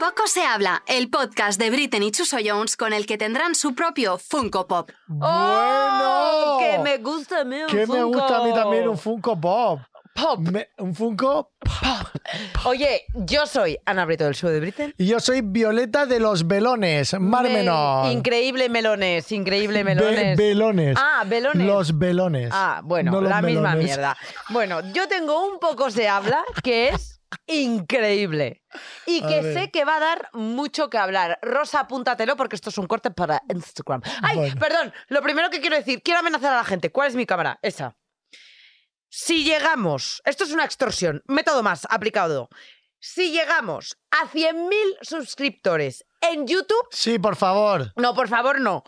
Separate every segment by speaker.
Speaker 1: Poco se habla, el podcast de Britney y Chuso Jones con el que tendrán su propio Funko Pop.
Speaker 2: ¡Bueno!
Speaker 3: ¡Oh! Que me gusta a mí un
Speaker 2: Que me
Speaker 3: Funko.
Speaker 2: gusta a mí también un Funko Pop.
Speaker 3: Pop.
Speaker 2: Me- un Funko Pop.
Speaker 3: Oye, yo soy Ana Brito del show de Britain.
Speaker 2: Y yo soy Violeta de los Velones, Mar Menor.
Speaker 3: Me- Increíble melones, increíble
Speaker 2: Ve-
Speaker 3: melones.
Speaker 2: velones.
Speaker 3: Ah, velones.
Speaker 2: Los velones.
Speaker 3: Ah, bueno,
Speaker 2: No los
Speaker 3: la misma
Speaker 2: melones.
Speaker 3: mierda. Bueno, yo tengo un poco se habla que es increíble y
Speaker 2: A
Speaker 3: que
Speaker 2: ver.
Speaker 3: sé que va a dar mucho que hablar. Rosa, apúntatelo porque esto es un corte para Instagram. Ay,
Speaker 2: Bueno.
Speaker 3: perdón, lo primero que quiero decir, quiero amenazar a la gente. ¿Cuál es mi cámara? Esa. Si llegamos, esto es una extorsión, método más aplicado. Si llegamos a 100.000 suscriptores en YouTube,
Speaker 2: Sí, por favor.
Speaker 3: no, por favor, no.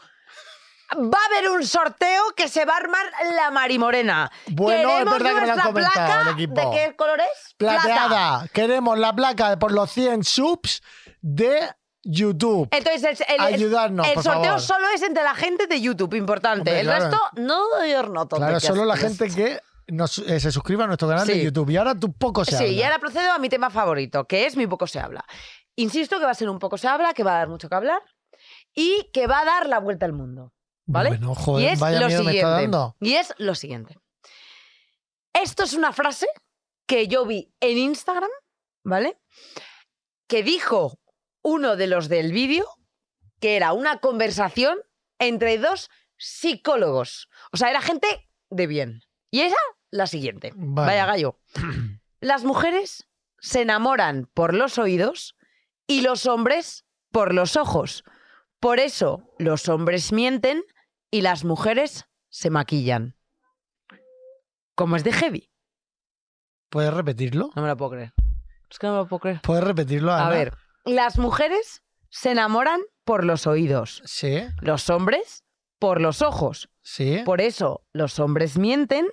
Speaker 3: Va a haber un sorteo que se va a armar la Marimorena.
Speaker 2: Bueno, es
Speaker 3: Queremos
Speaker 2: verdad que me lo han
Speaker 3: nuestra
Speaker 2: comentado
Speaker 3: placa
Speaker 2: el equipo.
Speaker 3: ¿De qué color es? Plata.
Speaker 2: Plateada. Queremos la placa por los 100 subs de YouTube.
Speaker 3: Entonces, el, el-
Speaker 2: Ayudarnos,
Speaker 3: el
Speaker 2: por
Speaker 3: sorteo
Speaker 2: favor.
Speaker 3: solo es entre la gente de YouTube, importante.
Speaker 2: Hombre,
Speaker 3: el
Speaker 2: claro.
Speaker 3: resto, no doy hornoto.
Speaker 2: Claro, solo la gente que nos- eh, se suscriba a nuestro canal de
Speaker 3: Sí.
Speaker 2: YouTube. Y ahora tú poco se
Speaker 3: Sí,
Speaker 2: habla.
Speaker 3: y ahora procedo a mi tema favorito, que es mi poco se habla. Insisto que va a ser un poco se habla, que va a dar mucho que hablar y que va a dar la vuelta al mundo. ¿vale?
Speaker 2: Bueno, joder,
Speaker 3: y es
Speaker 2: vaya
Speaker 3: lo
Speaker 2: miedo me
Speaker 3: siguiente.
Speaker 2: está dando.
Speaker 3: Y es lo siguiente. Esto es una frase que yo vi en Instagram, ¿vale? Que dijo uno de los del vídeo que era una conversación entre dos psicólogos. O sea, era gente de bien. Y era la siguiente.
Speaker 2: Vale.
Speaker 3: Vaya gallo. Las mujeres se enamoran por los oídos y los hombres por los ojos. Por eso los hombres mienten y las mujeres se maquillan. Como es de heavy.
Speaker 2: ¿Puedes repetirlo?
Speaker 3: No me lo puedo creer. Es que no me lo puedo creer.
Speaker 2: ¿Puedes repetirlo, Ana?
Speaker 3: A ver, las mujeres se enamoran por los oídos,
Speaker 2: Sí,
Speaker 3: los hombres por los ojos.
Speaker 2: sí.
Speaker 3: Por eso los hombres mienten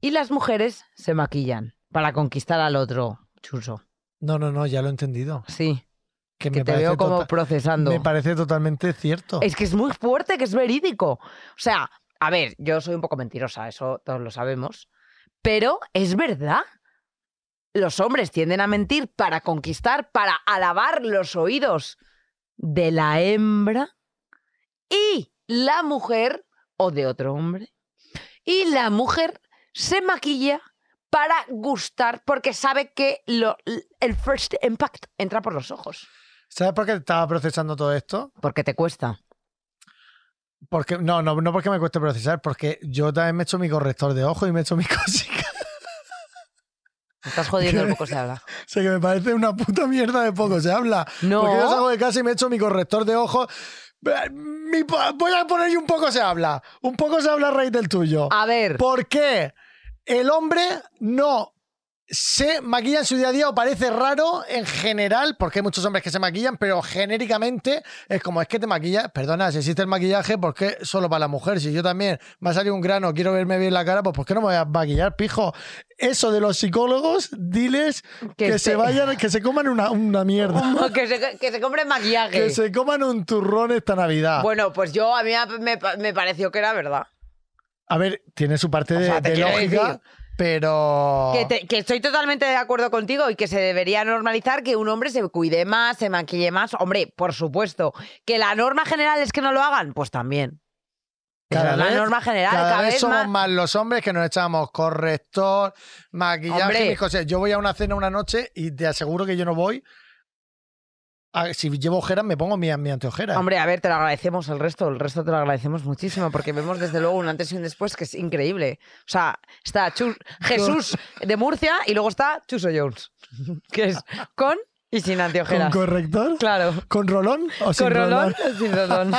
Speaker 3: y las mujeres se maquillan para conquistar al otro. Chuso.
Speaker 2: No, no, no, ya lo he entendido.
Speaker 3: Sí,
Speaker 2: Que,
Speaker 3: que
Speaker 2: me
Speaker 3: te
Speaker 2: parece
Speaker 3: veo como
Speaker 2: tota-
Speaker 3: procesando.
Speaker 2: Me parece totalmente cierto.
Speaker 3: Es que es muy fuerte, que es verídico. O sea, a ver, yo soy un poco mentirosa, eso todos lo sabemos. Pero es verdad. Los hombres tienden a mentir para conquistar, para alabar los oídos de la hembra y la mujer o de otro hombre. Y la mujer se maquilla para gustar porque sabe que lo- el first impact entra por los ojos.
Speaker 2: ¿Sabes por qué estaba procesando todo esto?
Speaker 3: Porque te cuesta.
Speaker 2: Porque, no, no, no porque me cueste procesar, porque yo también me he hecho mi corrector de ojo y me he hecho mi cosica.
Speaker 3: Me estás jodiendo el poco se habla.
Speaker 2: O sea, que me parece una puta mierda de poco se habla.
Speaker 3: No.
Speaker 2: Porque yo salgo de casa y me he hecho mi corrector de ojo. Eh, mi po- voy a poner y un poco se habla. Un poco se habla a raíz del tuyo.
Speaker 3: A ver,
Speaker 2: ¿Por qué el hombre no se maquilla en su día a día o parece raro en general? Porque hay muchos hombres que se maquillan, pero genéricamente es como es que te maquillas. Perdona, si existe el maquillaje, ¿por qué solo para la mujer? Si yo también me ha salido un grano, quiero verme bien la cara, pues ¿por qué no me voy a maquillar, pijo? Eso de los psicólogos, diles que,
Speaker 3: Que
Speaker 2: se
Speaker 3: te-
Speaker 2: vayan, que se coman una, una mierda.
Speaker 3: que se, que se compre maquillaje.
Speaker 2: Que se coman un turrón esta Navidad.
Speaker 3: Bueno, pues yo a mí me, me pareció que era verdad.
Speaker 2: a ver, tiene su parte
Speaker 3: O
Speaker 2: de,
Speaker 3: sea, te
Speaker 2: de
Speaker 3: quiero
Speaker 2: lógica,
Speaker 3: decir
Speaker 2: pero...
Speaker 3: Que, te- que estoy totalmente de acuerdo contigo y que se debería normalizar que un hombre se cuide más, se maquille más. Hombre, por supuesto. Que la norma general es que no lo hagan, pues también. Esa
Speaker 2: Cada
Speaker 3: es la
Speaker 2: vez-
Speaker 3: norma general,
Speaker 2: Cada,
Speaker 3: cada,
Speaker 2: vez, somos
Speaker 3: más.
Speaker 2: más... los hombres que nos echamos corrector, maquillaje,
Speaker 3: Hombre.
Speaker 2: mis cosas. Yo voy a una cena una noche y te aseguro que yo no voy. a- si llevo ojeras, me pongo mi, mi anteojeras.
Speaker 3: Hombre, a ver, te lo agradecemos el resto, el resto te lo agradecemos muchísimo porque vemos desde luego un antes y un después que es increíble. O sea, está Chus- Jesús de Murcia y luego está Chuso Jones, que es con y sin
Speaker 2: ¿Con
Speaker 3: anteojeras.
Speaker 2: corrector?
Speaker 3: Claro.
Speaker 2: ¿Con rolón? o sin
Speaker 3: ¿Con rolón o sin rolón?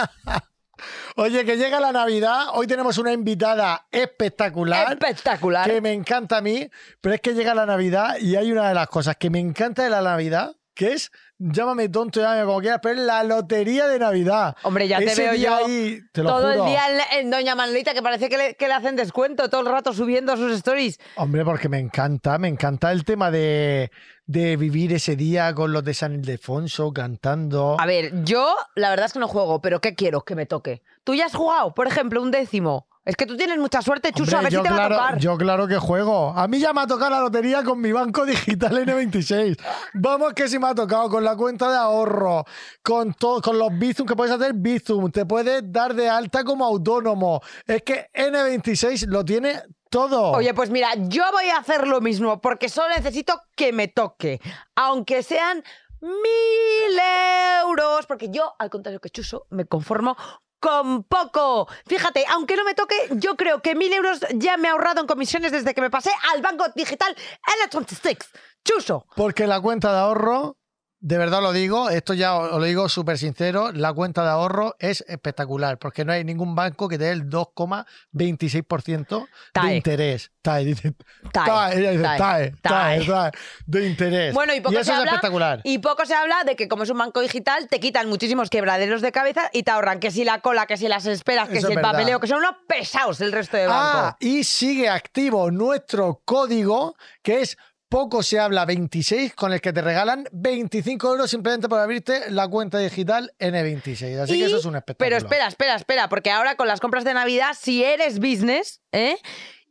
Speaker 2: Oye, que llega la Navidad. Hoy tenemos una invitada espectacular.
Speaker 3: Espectacular.
Speaker 2: que me encanta a mí, pero es que llega la Navidad y hay una de las cosas que me encanta de la Navidad, que es, llámame tonto, llámame como quieras, pero es la lotería de Navidad.
Speaker 3: Hombre, ya
Speaker 2: Ese
Speaker 3: te veo
Speaker 2: día
Speaker 3: yo
Speaker 2: ahí, te lo
Speaker 3: todo
Speaker 2: juro.
Speaker 3: el día en, la- en Doña Manolita, que parece que le, que le hacen descuento todo el rato subiendo sus stories.
Speaker 2: Hombre, porque me encanta, me encanta el tema de, de vivir ese día con los de San Ildefonso cantando.
Speaker 3: A ver, yo la verdad es que no juego, pero ¿qué quiero? Que me toque. Tú ya has jugado, por ejemplo, un décimo. Es que tú tienes mucha suerte,
Speaker 2: Hombre,
Speaker 3: Chuso, a ver
Speaker 2: yo
Speaker 3: si te
Speaker 2: claro,
Speaker 3: va a tocar.
Speaker 2: Yo claro que juego. A mí ya me ha tocado la lotería con mi banco digital N26. Vamos que sí me ha tocado con la cuenta de ahorro, con todo, con los Bizum que puedes hacer Bizum, te puedes dar de alta como autónomo. Es que N26 lo tiene todo.
Speaker 3: Oye, pues mira, yo voy a hacer lo mismo, porque solo necesito que me toque, aunque sean mil euros, porque yo, al contrario que Chuso, me conformo con poco. Fíjate, aunque no me toque, yo creo que mil euros ya me he ahorrado en comisiones desde que me pasé al banco digital N26. Chuso.
Speaker 2: Porque la cuenta de ahorro, de verdad lo digo, esto ya os os lo digo súper sincero, la cuenta de ahorro es espectacular, porque no hay ningún banco que te dé el 2,26% de
Speaker 3: TAE.
Speaker 2: interés. TAE, dice,
Speaker 3: TAE,
Speaker 2: TAE, ella dice,
Speaker 3: TAE,
Speaker 2: TAE, TAE,
Speaker 3: TAE.
Speaker 2: TAE, de interés.
Speaker 3: Bueno, y poco
Speaker 2: eso
Speaker 3: se
Speaker 2: es
Speaker 3: habla-
Speaker 2: espectacular.
Speaker 3: Y poco se habla de que como es un banco digital, te quitan muchísimos quebraderos de cabeza y te ahorran que si la cola, que si las esperas, que
Speaker 2: Eso
Speaker 3: si
Speaker 2: es
Speaker 3: el
Speaker 2: verdad.
Speaker 3: papeleo, que son unos pesados el resto de banco.
Speaker 2: Ah, y sigue activo nuestro código, que es poco se habla 26, con el que te regalan 25 euros simplemente por abrirte la cuenta digital N26. Así
Speaker 3: Y-
Speaker 2: que eso es un espectáculo.
Speaker 3: Pero espera, espera, espera, porque ahora con las compras de Navidad, si eres business, ¿eh?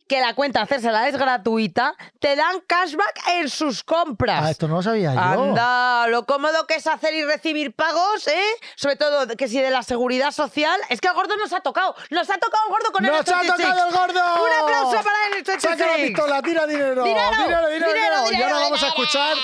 Speaker 3: que la cuenta hacérsela es gratuita, te dan cashback en sus compras.
Speaker 2: Ah, esto no lo sabía yo.
Speaker 3: Anda, lo cómodo que es hacer y recibir pagos, ¿eh? Sobre todo que si de la seguridad social. Es que el gordo nos ha tocado. Nos ha tocado el gordo con
Speaker 2: ¡Nos
Speaker 3: el
Speaker 2: ha
Speaker 3: 86.
Speaker 2: tocado el gordo!
Speaker 3: Un aplauso para el 86.
Speaker 2: ¡Saca la pistola, tira dinero!
Speaker 3: ¡Dinero!
Speaker 2: ¡Dinero, dinero!
Speaker 3: ¡Dinero,
Speaker 2: y ahora
Speaker 3: dinero,
Speaker 2: vamos a
Speaker 3: dinero!
Speaker 2: escuchar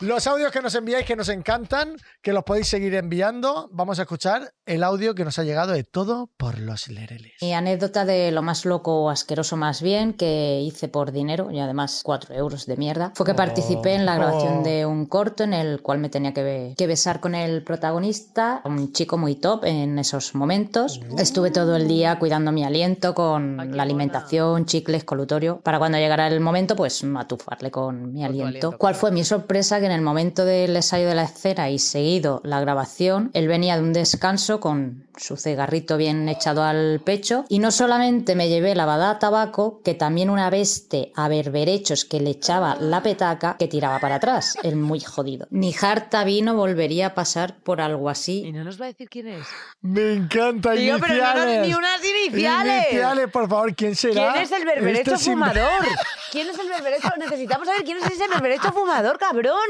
Speaker 2: los audios que nos enviáis, que nos encantan, que los podéis seguir enviando. Vamos a escuchar el audio que nos ha llegado de todo por los lereles.
Speaker 4: Mi anécdota de lo más loco o asqueroso más bien que hice por dinero y además 4 euros de mierda fue que
Speaker 2: Oh,
Speaker 4: participé en la grabación
Speaker 2: oh.
Speaker 4: de un corto en el cual me tenía que, be- que besar con el protagonista, un chico muy top en esos momentos. Estuve todo el día cuidando mi aliento con
Speaker 3: Ay, qué
Speaker 4: la alimentación, chicles, colutorio, para cuando llegara el momento pues matufarle con
Speaker 3: Con
Speaker 4: mi
Speaker 3: tu
Speaker 4: aliento.
Speaker 3: aliento,
Speaker 4: ¿Cuál
Speaker 3: claro.
Speaker 4: fue mi sorpresa? Que en el momento del ensayo de la escena y seguido la grabación, él venía de un descanso con su cigarrito bien echado al pecho. Y no solamente me llevé la lavada a tabaco, que también una veste a berberechos que le echaba la petaca que tiraba para atrás, el muy jodido. Ni harta vino volvería a pasar por algo así.
Speaker 3: no nos va a decir quién es.
Speaker 2: Me encanta,
Speaker 3: Tío, pero no
Speaker 2: iniciales.
Speaker 3: nos- ni unas iniciales.
Speaker 2: Iniciales, por favor, ¿quién será?
Speaker 3: ¿Quién es el berberecho
Speaker 2: Este sin-
Speaker 3: fumador? ¿Quién es el berberecho? Necesitamos saber quién es ese berberecho fumador, cabrón.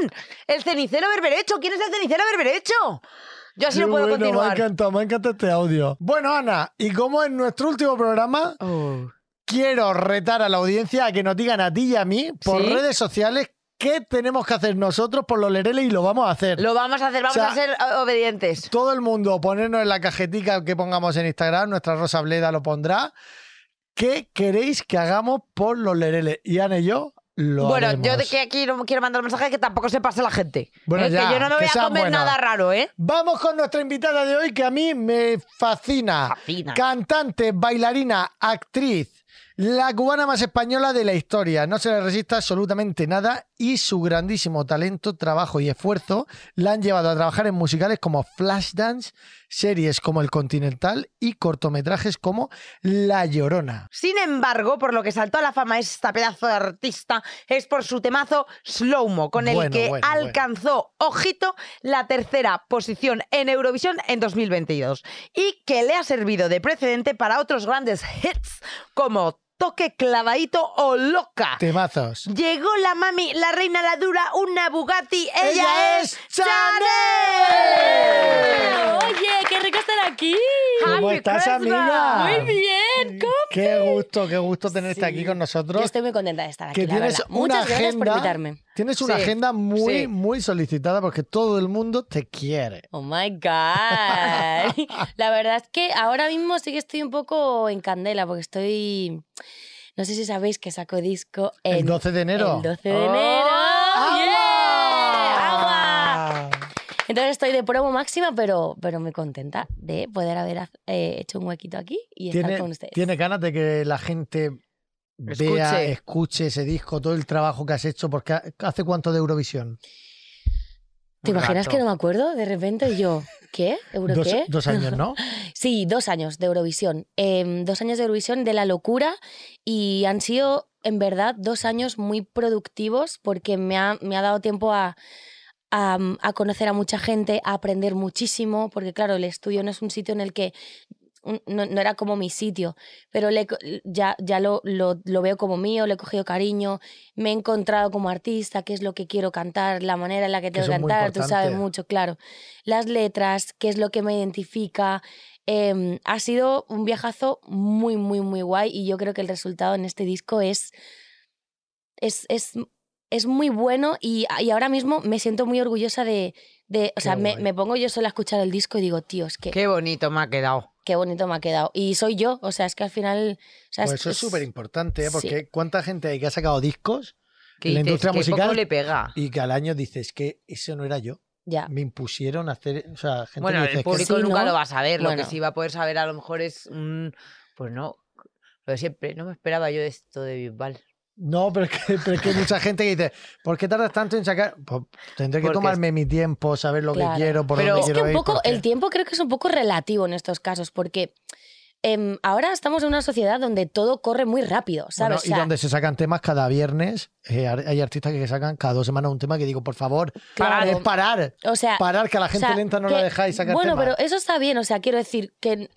Speaker 3: El cenicero berberecho. ¿Quién es el cenicero berberecho? Yo así
Speaker 2: Qué
Speaker 3: no puedo
Speaker 2: bueno, Me ha
Speaker 3: continuar.
Speaker 2: encantado, me ha encantado este audio. Bueno, Ana, y como en nuestro último programa,
Speaker 3: Oh.
Speaker 2: quiero retar a la audiencia a que nos digan a ti y a mí por
Speaker 3: ¿Sí?
Speaker 2: redes sociales qué tenemos que hacer nosotros por los lereles y lo vamos a hacer.
Speaker 3: Lo vamos a hacer, vamos
Speaker 2: O sea,
Speaker 3: a ser eh, obedientes.
Speaker 2: Todo el mundo ponernos en la cajetica que pongamos en Instagram, nuestra Rosa Bleda lo pondrá. ¿Qué queréis que hagamos por los lereles? Y Ana y yo lo
Speaker 3: Bueno,
Speaker 2: haremos.
Speaker 3: yo de que aquí no quiero mandar un mensaje que tampoco se pase la gente.
Speaker 2: Bueno,
Speaker 3: Eh,
Speaker 2: ya,
Speaker 3: que yo no me
Speaker 2: que
Speaker 3: voy a
Speaker 2: sean
Speaker 3: comer
Speaker 2: buenas.
Speaker 3: nada raro, ¿eh?
Speaker 2: Vamos con nuestra invitada de hoy que a mí me fascina.
Speaker 3: Fascina.
Speaker 2: Cantante, bailarina, actriz. La cubana más española de la historia. No se le resiste absolutamente nada y su grandísimo talento, trabajo y esfuerzo la han llevado a trabajar en musicales como Flashdance, series como El Continental y cortometrajes como La Llorona.
Speaker 3: Sin embargo, por lo que saltó a la fama esta pedazo de artista es por su temazo Slow Mo, con el
Speaker 2: Bueno,
Speaker 3: que
Speaker 2: bueno, bueno.
Speaker 3: alcanzó, ojito, la tercera posición en Eurovisión en 2022 y que le ha servido de precedente para otros grandes hits como Toque Clavadito o Loca.
Speaker 2: Temazos.
Speaker 3: Llegó la mami, la reina, la dura, una Bugatti. Ella, es
Speaker 2: Chanel.
Speaker 3: Chanel.
Speaker 5: Oye, qué rico estar aquí.
Speaker 2: ¿Cómo
Speaker 3: Happy
Speaker 2: estás,
Speaker 3: Christmas.
Speaker 2: amiga?
Speaker 5: Muy bien. ¿Cómo?
Speaker 2: Qué gusto, qué gusto tenerte aquí con
Speaker 5: Yo
Speaker 2: nosotros.
Speaker 5: estoy muy contenta de estar aquí.
Speaker 2: que
Speaker 5: la
Speaker 2: tienes
Speaker 5: verdad.
Speaker 2: una
Speaker 5: Muchas
Speaker 2: agenda,
Speaker 5: gracias por invitarme.
Speaker 2: Tienes una
Speaker 5: Sí,
Speaker 2: agenda muy,
Speaker 5: sí.
Speaker 2: muy solicitada porque todo el mundo te quiere.
Speaker 5: Oh my God. la verdad es que ahora mismo sí que estoy un poco en candela porque estoy. No sé si sabéis que saco disco en
Speaker 2: el 12 de enero. ¡Oh!
Speaker 5: El 12 de
Speaker 3: ¡Oh!
Speaker 5: enero.
Speaker 2: ¡Agua!
Speaker 5: ¡Yeah! ¡Agua! Entonces estoy de promo máxima, pero, pero muy contenta de poder haber haz- eh, hecho un huequito aquí y
Speaker 2: Tiene,
Speaker 5: estar con ustedes.
Speaker 2: tiene ganas de que la gente
Speaker 3: Escuche.
Speaker 2: vea, escuche ese disco, todo el trabajo que has hecho, porque ha- ¿hace cuánto de Eurovisión?
Speaker 5: ¿Te imaginas que no me acuerdo? De repente yo, ¿qué? ¿Euro
Speaker 2: dos,
Speaker 5: qué?
Speaker 2: dos años, ¿no?
Speaker 5: Sí, dos años de Eurovisión. Em, dos años de Eurovisión de la locura y han sido, en verdad, dos años muy productivos porque me ha, me ha dado tiempo a, a, a conocer a mucha gente, a aprender muchísimo, porque claro, el estudio no es un sitio en el que... un- No, no era como mi sitio, pero le, co- ya, ya lo, lo, lo veo como mío, le he cogido cariño, me he encontrado como artista, qué es lo que quiero cantar, la manera en la que
Speaker 2: Que
Speaker 5: tengo
Speaker 2: eso
Speaker 5: que
Speaker 2: es muy
Speaker 5: cantar, tú sabes
Speaker 2: importante.
Speaker 5: mucho, claro. Las letras, qué es lo que me identifica, eh, ha sido un viajazo muy, muy, muy guay y yo creo que el resultado en este disco es, es, es, es muy bueno y, y ahora mismo me siento muy orgullosa de... de o sea, me,
Speaker 2: guay.
Speaker 5: me pongo yo sola a escuchar el disco y digo, tío, es que qué,
Speaker 3: Qué bonito me ha quedado.
Speaker 5: bonito me ha quedado. Y soy yo, o sea, es que al final... o sea,
Speaker 2: Pues eso es súper importante, ¿eh?
Speaker 5: sí.
Speaker 2: porque cuánta gente hay que ha sacado discos
Speaker 3: Que
Speaker 2: La
Speaker 3: dices,
Speaker 2: industria
Speaker 3: que
Speaker 2: musical-
Speaker 3: poco le pega.
Speaker 2: y que al año dices que eso no era yo.
Speaker 5: Ya,
Speaker 2: Me impusieron a hacer. O sea, gente
Speaker 3: Bueno,
Speaker 2: que dice "Es
Speaker 3: el
Speaker 2: que
Speaker 3: público
Speaker 5: Sí,
Speaker 3: nunca
Speaker 5: ¿no?
Speaker 3: lo va a saber. Lo
Speaker 5: Bueno.
Speaker 3: que sí va a poder saber a lo mejor es un... Pues no, lo de siempre. No me esperaba yo de esto de Bisbal.
Speaker 2: No, pero es, que, pero es que hay mucha gente que dice, ¿por qué tardas tanto en sacar? Pues tendré que
Speaker 3: Porque es-
Speaker 2: tomarme mi tiempo, saber lo
Speaker 5: Claro.
Speaker 2: que quiero, por
Speaker 3: Pero-
Speaker 2: dónde
Speaker 5: es que
Speaker 2: quiero
Speaker 5: un
Speaker 2: ir,
Speaker 5: poco
Speaker 2: porque-
Speaker 5: el tiempo creo que es un poco relativo en estos casos porque em, ahora estamos en una sociedad donde todo corre muy rápido
Speaker 2: Bueno,
Speaker 5: sabes O
Speaker 2: y
Speaker 5: sea,
Speaker 2: donde se sacan temas cada viernes, eh, ar- hay artistas que sacan cada dos semanas un tema que digo, por favor,
Speaker 5: Claro.
Speaker 2: parad, parar,
Speaker 5: o sea
Speaker 2: parar, que a la gente
Speaker 5: o sea,
Speaker 2: lenta no
Speaker 5: que-
Speaker 2: la dejáis sacar
Speaker 5: bueno
Speaker 2: temas.
Speaker 5: pero eso está bien o sea quiero decir que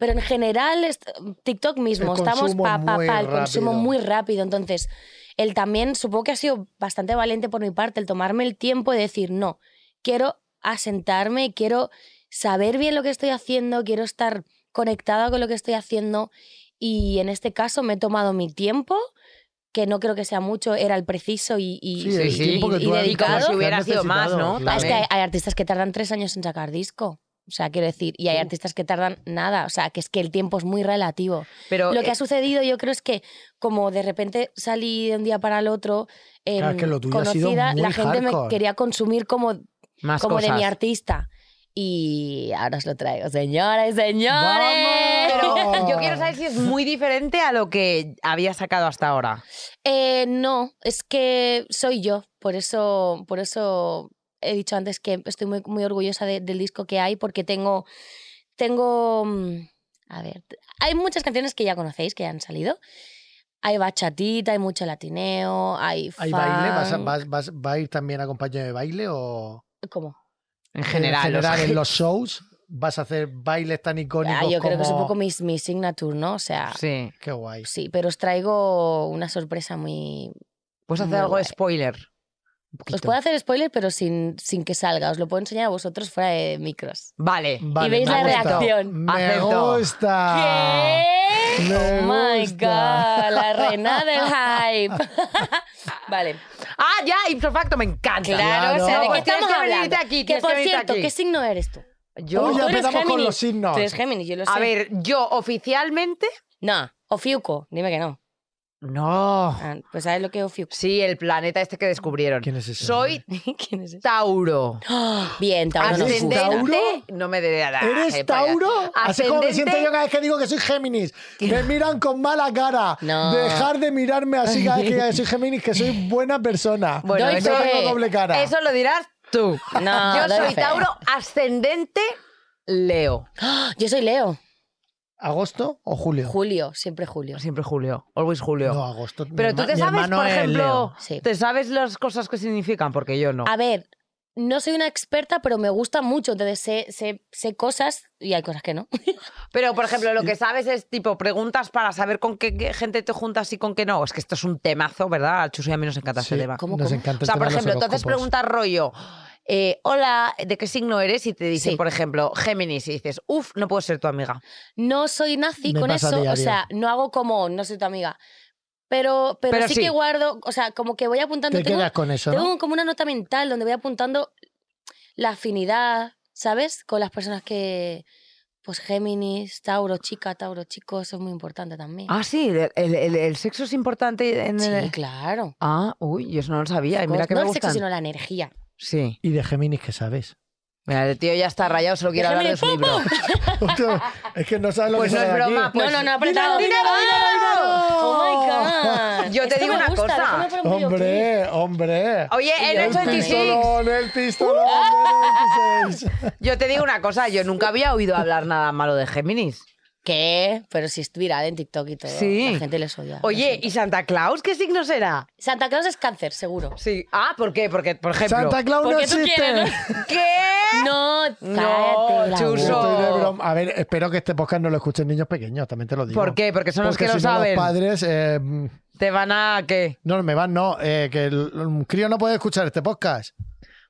Speaker 5: pero en general est- TikTok mismo
Speaker 2: El
Speaker 5: estamos
Speaker 2: consumo
Speaker 5: pa pa
Speaker 2: muy
Speaker 5: pa el consumo
Speaker 2: rápido.
Speaker 5: muy rápido entonces él también supongo que ha sido bastante valiente por mi parte el tomarme el tiempo de decir no quiero asentarme quiero saber bien lo que estoy haciendo quiero estar conectada con lo que estoy haciendo y en este caso me he tomado mi tiempo que no creo que sea mucho era el preciso y, y-
Speaker 2: Sí, el
Speaker 5: y-
Speaker 2: tiempo que
Speaker 5: y
Speaker 2: tú has-
Speaker 5: dedicado
Speaker 3: Como si hubiera
Speaker 2: Has
Speaker 3: sido más,
Speaker 2: necesitado,
Speaker 3: ¿no?
Speaker 2: claro.
Speaker 5: Ah, es que hay,
Speaker 3: También.
Speaker 5: hay artistas que tardan tres años en sacar disco. O sea, quiero decir, y hay artistas que tardan nada. O sea, que es que el tiempo es muy relativo.
Speaker 3: Pero
Speaker 5: Lo que
Speaker 3: eh,
Speaker 5: ha sucedido, yo creo, es que como de repente salí de un día para el otro, em,
Speaker 2: Claro, es que lo tuyo ha sido
Speaker 5: conocida,
Speaker 2: muy
Speaker 5: la gente me
Speaker 2: hardcore.
Speaker 5: quería consumir como,
Speaker 3: más
Speaker 5: como de mi
Speaker 3: cosas.
Speaker 5: artista. Y ahora os lo traigo, señoras y señores.
Speaker 2: ¡Vamos!
Speaker 3: Pero yo quiero saber si es muy diferente a lo que había sacado hasta ahora.
Speaker 5: Eh, no, es que soy yo, por eso, por eso he dicho antes que estoy muy, muy orgullosa de- del disco que hay, porque tengo, tengo, mm, a ver, t- hay muchas canciones que ya conocéis, que ya han salido. Hay bachatita, hay mucho latineo, hay
Speaker 2: ¿Hay baile? ¿Vas a,
Speaker 5: funk.
Speaker 2: vas- vas- va a ir también acompañado de baile o...?
Speaker 5: ¿Cómo?
Speaker 3: En general.
Speaker 2: en,
Speaker 3: o sea,
Speaker 2: en los shows vas a hacer bailes tan icónicos
Speaker 5: Ah, yo creo que es un
Speaker 2: como-
Speaker 5: poco mi, mi signature, ¿no? O sea, sí.
Speaker 3: sí.
Speaker 2: Qué guay.
Speaker 5: pero os traigo una sorpresa muy...
Speaker 3: ¿Puedes hacer
Speaker 5: Muy
Speaker 3: algo
Speaker 5: guay.
Speaker 3: de spoiler? Un
Speaker 5: Os
Speaker 3: poquito.
Speaker 5: puedo hacer spoiler, pero sin, sin que salga. Os lo puedo enseñar a vosotros fuera de micros.
Speaker 3: Vale.
Speaker 2: Vale,
Speaker 5: veis
Speaker 2: me
Speaker 5: la
Speaker 2: gusta.
Speaker 5: reacción.
Speaker 2: ¡Me
Speaker 3: Acepto.
Speaker 2: gusta!
Speaker 5: ¿Qué?
Speaker 2: Me
Speaker 5: oh my
Speaker 2: gusta.
Speaker 5: god, la reina del hype. vale.
Speaker 3: Ah, ya, Infrofacto, me encanta.
Speaker 5: Claro, o
Speaker 3: No,
Speaker 5: sea, ¿de qué
Speaker 3: pues tienes
Speaker 5: estamos
Speaker 3: que venirte
Speaker 5: hablando?
Speaker 3: aquí,
Speaker 5: que
Speaker 3: tienes
Speaker 5: por
Speaker 3: que venirte
Speaker 5: cierto,
Speaker 3: aquí.
Speaker 5: ¿qué signo eres tú?
Speaker 3: Yo,
Speaker 2: Uy, ya
Speaker 5: Tú eres
Speaker 2: empezamos con
Speaker 5: Géminis.
Speaker 2: los signos.
Speaker 5: Tú eres Géminis, yo lo sé.
Speaker 3: a ver, yo oficialmente.
Speaker 5: No, Ofiuco, dime que no.
Speaker 3: No.
Speaker 5: Ah, pues sabes lo que es Ofiuco.
Speaker 3: Sí, el planeta este que descubrieron.
Speaker 2: ¿Quién es ese
Speaker 3: Soy
Speaker 5: ¿Quién es ese?
Speaker 3: Tauro.
Speaker 5: Ah, Bien, Tauro. no
Speaker 2: ¿Eres
Speaker 5: nos
Speaker 3: Ascendente.
Speaker 5: gusta.
Speaker 2: Tauro?
Speaker 3: No me de la-
Speaker 2: ¿Eres
Speaker 3: eh, para-
Speaker 2: Tauro? Así como me siento
Speaker 3: Ascendente.
Speaker 2: yo cada vez que digo que soy Géminis. Me miran con mala cara.
Speaker 5: No.
Speaker 2: Dejar de mirarme así cada vez que diga que soy Géminis, que soy buena persona.
Speaker 3: Bueno,
Speaker 5: Doy
Speaker 2: no
Speaker 3: eso,
Speaker 5: fe.
Speaker 2: tengo doble cara.
Speaker 3: eso lo dirás tú.
Speaker 5: No,
Speaker 3: yo
Speaker 5: doy
Speaker 3: soy
Speaker 5: fe.
Speaker 3: Tauro ascendente Leo.
Speaker 5: Ah, Yo soy Leo.
Speaker 2: ¿Agosto o julio?
Speaker 5: Julio, siempre Julio.
Speaker 3: Siempre Julio. Always Julio.
Speaker 2: No, agosto. Mi
Speaker 3: Pero tú
Speaker 2: herma-
Speaker 3: te
Speaker 2: mi
Speaker 3: sabes,
Speaker 2: hermano
Speaker 3: por
Speaker 2: es
Speaker 3: ejemplo,
Speaker 2: Leo.
Speaker 5: Sí.
Speaker 3: te sabes las cosas que significan, porque yo no.
Speaker 5: A ver, no soy una experta, pero me gusta mucho. Entonces sé, sé, sé cosas y hay cosas que no.
Speaker 3: Pero, por ejemplo, lo que sabes es tipo preguntas para saber con qué qué gente te juntas y con qué no. Es que esto es un temazo, ¿verdad? Al Chuso y a mí nos encanta
Speaker 2: Sí,
Speaker 3: ese tema.
Speaker 5: ¿Cómo,
Speaker 2: nos
Speaker 5: cómo?
Speaker 2: encanta el
Speaker 3: O sea,
Speaker 2: tema
Speaker 3: por
Speaker 2: de los
Speaker 3: ejemplo, entonces
Speaker 2: horóscopos.
Speaker 3: preguntas rollo, eh, hola, ¿de qué signo eres? Y te dicen,
Speaker 5: Sí.
Speaker 3: por ejemplo, Géminis, y dices, uff, no puedo ser tu amiga.
Speaker 5: No soy nazi
Speaker 2: Me
Speaker 5: con
Speaker 2: pasa
Speaker 5: eso.
Speaker 2: día a
Speaker 5: O sea, no hago como no soy tu amiga. Pero, pero,
Speaker 3: Pero
Speaker 5: sí,
Speaker 3: sí.
Speaker 5: que guardo, o sea, como que voy apuntando.
Speaker 2: Te
Speaker 5: tengo
Speaker 2: quedas con eso,
Speaker 5: tengo
Speaker 2: ¿no?
Speaker 5: como una nota mental donde voy apuntando la afinidad, ¿sabes? Con las personas que. Pues Géminis, Tauro, chica, Tauro, chico, eso es muy importante también.
Speaker 3: Ah, sí, el, el- el- el sexo es importante en el...
Speaker 5: sí, claro.
Speaker 3: Ah, uy, yo eso no lo sabía. Y mira que
Speaker 5: no
Speaker 3: me
Speaker 5: el sexo,
Speaker 3: gustan.
Speaker 5: sino la energía.
Speaker 3: Sí.
Speaker 2: ¿Y de Géminis qué sabes?
Speaker 3: Mira, el tío ya está rayado, solo quiere hablar de su libro.
Speaker 2: Hostia, es que no sabes lo
Speaker 3: Pues
Speaker 2: que sale de
Speaker 3: no es
Speaker 2: aquí.
Speaker 3: broma, pues-
Speaker 5: no, no, no, apretado.
Speaker 3: ¡Dinero, dinero, dinero!
Speaker 5: Oh my God.
Speaker 3: Yo te
Speaker 5: esto
Speaker 3: digo
Speaker 5: me
Speaker 3: una
Speaker 5: gusta,
Speaker 3: cosa.
Speaker 5: déjame poner un videoclip.
Speaker 2: Hombre, hombre.
Speaker 3: Oye, en el
Speaker 2: el
Speaker 3: 26.
Speaker 2: pistolón, el pistolón del 26.
Speaker 3: Yo te digo una cosa, yo nunca había oído hablar nada malo de Géminis.
Speaker 5: ¿Qué? Pero si es viral en TikTok y todo.
Speaker 3: Sí.
Speaker 5: La gente les odia. lo
Speaker 3: Oye,
Speaker 5: siento.
Speaker 3: ¿y Santa Claus qué signo será?
Speaker 5: Santa Claus es cáncer, seguro.
Speaker 3: Sí. Ah, ¿por qué? Porque, por ejemplo.
Speaker 2: Santa Claus no
Speaker 5: Porque tú
Speaker 2: existe.
Speaker 5: quieres,
Speaker 3: ¿Qué?
Speaker 5: No,
Speaker 3: No,
Speaker 5: cállate. la
Speaker 3: Chuso.
Speaker 5: boca.
Speaker 2: Oh, Estoy de broma. A ver, espero que este podcast no lo escuchen niños pequeños, también te lo digo.
Speaker 3: ¿Por qué? Porque son los
Speaker 2: Porque
Speaker 3: que lo
Speaker 2: si no,
Speaker 3: saben.
Speaker 2: Los padres. eh, no,
Speaker 3: Te van a qué?
Speaker 2: me van, no. eh, que el- un crío no puede escuchar este podcast.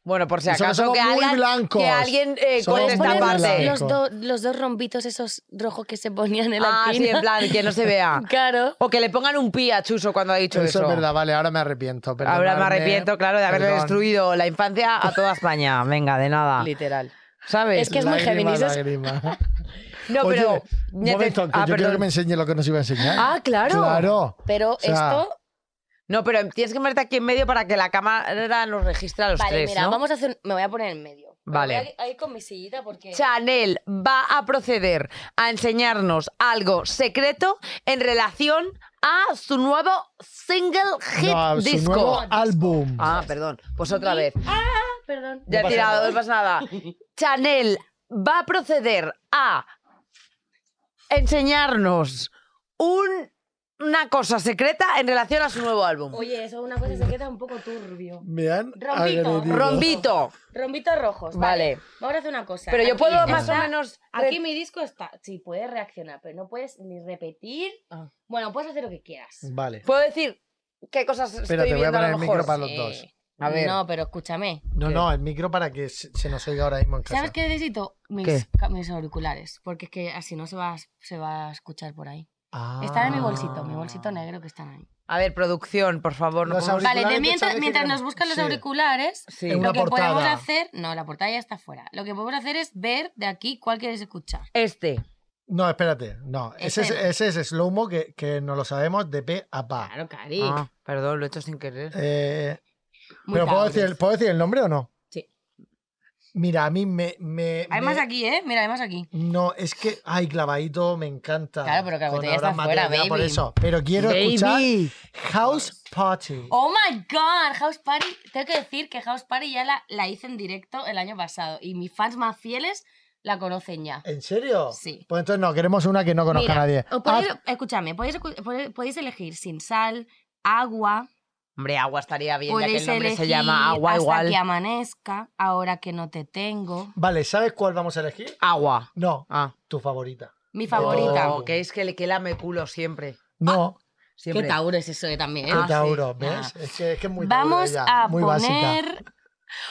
Speaker 3: Bueno, por si
Speaker 2: Eso que
Speaker 3: acaso
Speaker 2: somos
Speaker 3: que
Speaker 2: muy
Speaker 3: alguien,
Speaker 2: blancos.
Speaker 3: que alguien eh,
Speaker 2: Somos
Speaker 3: corte
Speaker 5: ¿Puedes
Speaker 2: muy
Speaker 3: esta
Speaker 5: poner los-
Speaker 3: parte.
Speaker 2: blancos.
Speaker 5: los, do- los dos rombitos esos rojos que se ponían en la
Speaker 3: Ah, sí,
Speaker 5: esquina?
Speaker 3: en plan, que no se vea.
Speaker 5: Claro.
Speaker 3: O que le pongan un pi a Chuso cuando ha dicho
Speaker 2: Eso,
Speaker 3: eso.
Speaker 2: es verdad, vale, ahora me arrepiento.
Speaker 3: Ahora me
Speaker 2: perdonadme,
Speaker 3: arrepiento, claro, de haberle
Speaker 2: perdón.
Speaker 3: destruido la infancia a toda España. Venga, de nada.
Speaker 5: Literal.
Speaker 3: ¿Sabes?
Speaker 5: Es que es muy
Speaker 2: Lágrima,
Speaker 5: Géminis, es-
Speaker 2: lágrima.
Speaker 3: No,
Speaker 2: Oye,
Speaker 3: pero.
Speaker 2: Un momento, que
Speaker 3: Ah,
Speaker 2: yo quiero
Speaker 3: perdón.
Speaker 2: que me enseñe lo que nos iba a enseñar.
Speaker 3: Ah, claro.
Speaker 2: Claro.
Speaker 5: Pero
Speaker 2: O sea,
Speaker 5: esto.
Speaker 3: No, pero tienes que ponerte aquí en medio para que la cámara nos registre a los
Speaker 5: Vale,
Speaker 3: tres.
Speaker 5: mira,
Speaker 3: ¿no?
Speaker 5: vamos a hacer. Me voy a poner en medio. Me
Speaker 3: Vale.
Speaker 5: voy a- a ir con mi sillita porque.
Speaker 3: Chanel va a proceder a enseñarnos algo secreto en relación a su nuevo single hit
Speaker 2: no, su
Speaker 3: disco.
Speaker 2: nuevo álbum.
Speaker 3: Ah, perdón. Pues otra vez.
Speaker 5: Perdón.
Speaker 3: Ya he
Speaker 2: pasa
Speaker 3: tirado, no pasa nada. Chanel va a proceder a enseñarnos un- una cosa secreta en relación a su nuevo álbum.
Speaker 5: Oye, eso es una cosa que se queda un poco turbio.
Speaker 2: Me han
Speaker 5: Rombito,
Speaker 2: agredido.
Speaker 3: Rombito.
Speaker 5: Rombitos rojos.
Speaker 3: Vale.
Speaker 5: Vale. Vamos a hacer una cosa.
Speaker 3: Pero yo
Speaker 5: Aquí
Speaker 3: puedo más o
Speaker 5: está-
Speaker 3: menos...
Speaker 5: Aquí mi disco está. Sí, puedes reaccionar, pero no puedes ni repetir.
Speaker 3: Ah.
Speaker 5: Bueno, puedes hacer lo que quieras.
Speaker 2: Vale.
Speaker 3: ¿Puedo decir qué cosas estoy
Speaker 2: Espérate, voy a
Speaker 3: viendo
Speaker 2: poner
Speaker 3: lo
Speaker 2: el
Speaker 3: mejor?
Speaker 2: micro para los dos.
Speaker 3: A ver.
Speaker 5: No, pero escúchame.
Speaker 2: No,
Speaker 3: ¿Qué?
Speaker 2: no, el micro para que se se nos oiga ahora mismo en casa.
Speaker 5: ¿Sabes qué necesito? Mis,
Speaker 3: ¿Qué?
Speaker 5: ca- mis auriculares. Porque es que así no se va, a- se va a escuchar por ahí.
Speaker 2: Ah.
Speaker 5: Están en mi bolsito, mi bolsito negro que están ahí.
Speaker 3: A ver, producción, por favor. No
Speaker 2: Los
Speaker 3: podemos-
Speaker 2: auriculares
Speaker 5: Vale, de
Speaker 2: que
Speaker 5: mientras,
Speaker 2: sabes
Speaker 5: mientras
Speaker 2: que-
Speaker 5: nos buscan los
Speaker 2: sí.
Speaker 5: auriculares,
Speaker 3: Sí.
Speaker 2: En
Speaker 5: lo
Speaker 2: una
Speaker 5: que podemos
Speaker 2: portada.
Speaker 5: hacer. No, la portada ya está fuera. Lo que podemos hacer es ver de aquí cuál quieres escuchar.
Speaker 3: Este.
Speaker 2: No, espérate. No, ese es,
Speaker 5: Ese.
Speaker 2: ese es slow mo que, que no lo sabemos de pe a pa.
Speaker 5: Claro, cari.
Speaker 3: Ah, perdón, lo he hecho sin querer.
Speaker 2: Eh,
Speaker 5: Muy
Speaker 2: pero ¿puedo
Speaker 5: cabres.
Speaker 2: decir, ¿puedo decir el nombre o no?
Speaker 5: Sí.
Speaker 2: Mira, a mí me. me
Speaker 5: Hay
Speaker 2: me-
Speaker 5: más aquí, ¿eh? Mira, hay más aquí.
Speaker 2: No, es que. Ay, clavadito, me encanta.
Speaker 5: Claro, pero Clavadito
Speaker 2: Con
Speaker 5: ya está
Speaker 2: Abraham
Speaker 5: fuera,
Speaker 2: Mateo, ya Por
Speaker 5: baby.
Speaker 2: eso. Pero quiero escuchar
Speaker 3: Baby.
Speaker 2: House Party.
Speaker 5: ¡Oh my god! House Party. Tengo que decir que House Party ya la, la hice en directo el año pasado. Y mis fans más fieles la conocen ya.
Speaker 2: ¿En serio?
Speaker 5: Sí.
Speaker 2: Pues entonces no, queremos una que no conozca
Speaker 5: Mira,
Speaker 2: a nadie. Ah,
Speaker 5: os podéis- escúchame, podéis, escu- pode- podéis elegir sin sal, agua,
Speaker 3: Hombre, agua estaría bien, ya que
Speaker 5: podéis
Speaker 3: el nombre
Speaker 5: elegir
Speaker 3: se llama agua
Speaker 5: hasta
Speaker 3: igual.
Speaker 5: que amanezca, ahora que no te tengo.
Speaker 2: Vale, ¿sabes cuál vamos a elegir?
Speaker 3: Agua.
Speaker 2: No,
Speaker 3: Ah.
Speaker 2: tu favorita.
Speaker 5: Mi favorita.
Speaker 3: Oh, que es que le que lame culo siempre.
Speaker 2: No,
Speaker 5: Qué
Speaker 3: Siempre.
Speaker 5: tauro es eso eh, también.
Speaker 2: que
Speaker 5: ¿eh?
Speaker 3: Ah, sí.
Speaker 2: Tauro, ¿ves?
Speaker 5: Ah.
Speaker 2: Es, que, es que es muy tauro
Speaker 5: Vamos
Speaker 2: ella,
Speaker 5: a
Speaker 2: muy
Speaker 5: poner
Speaker 2: básica.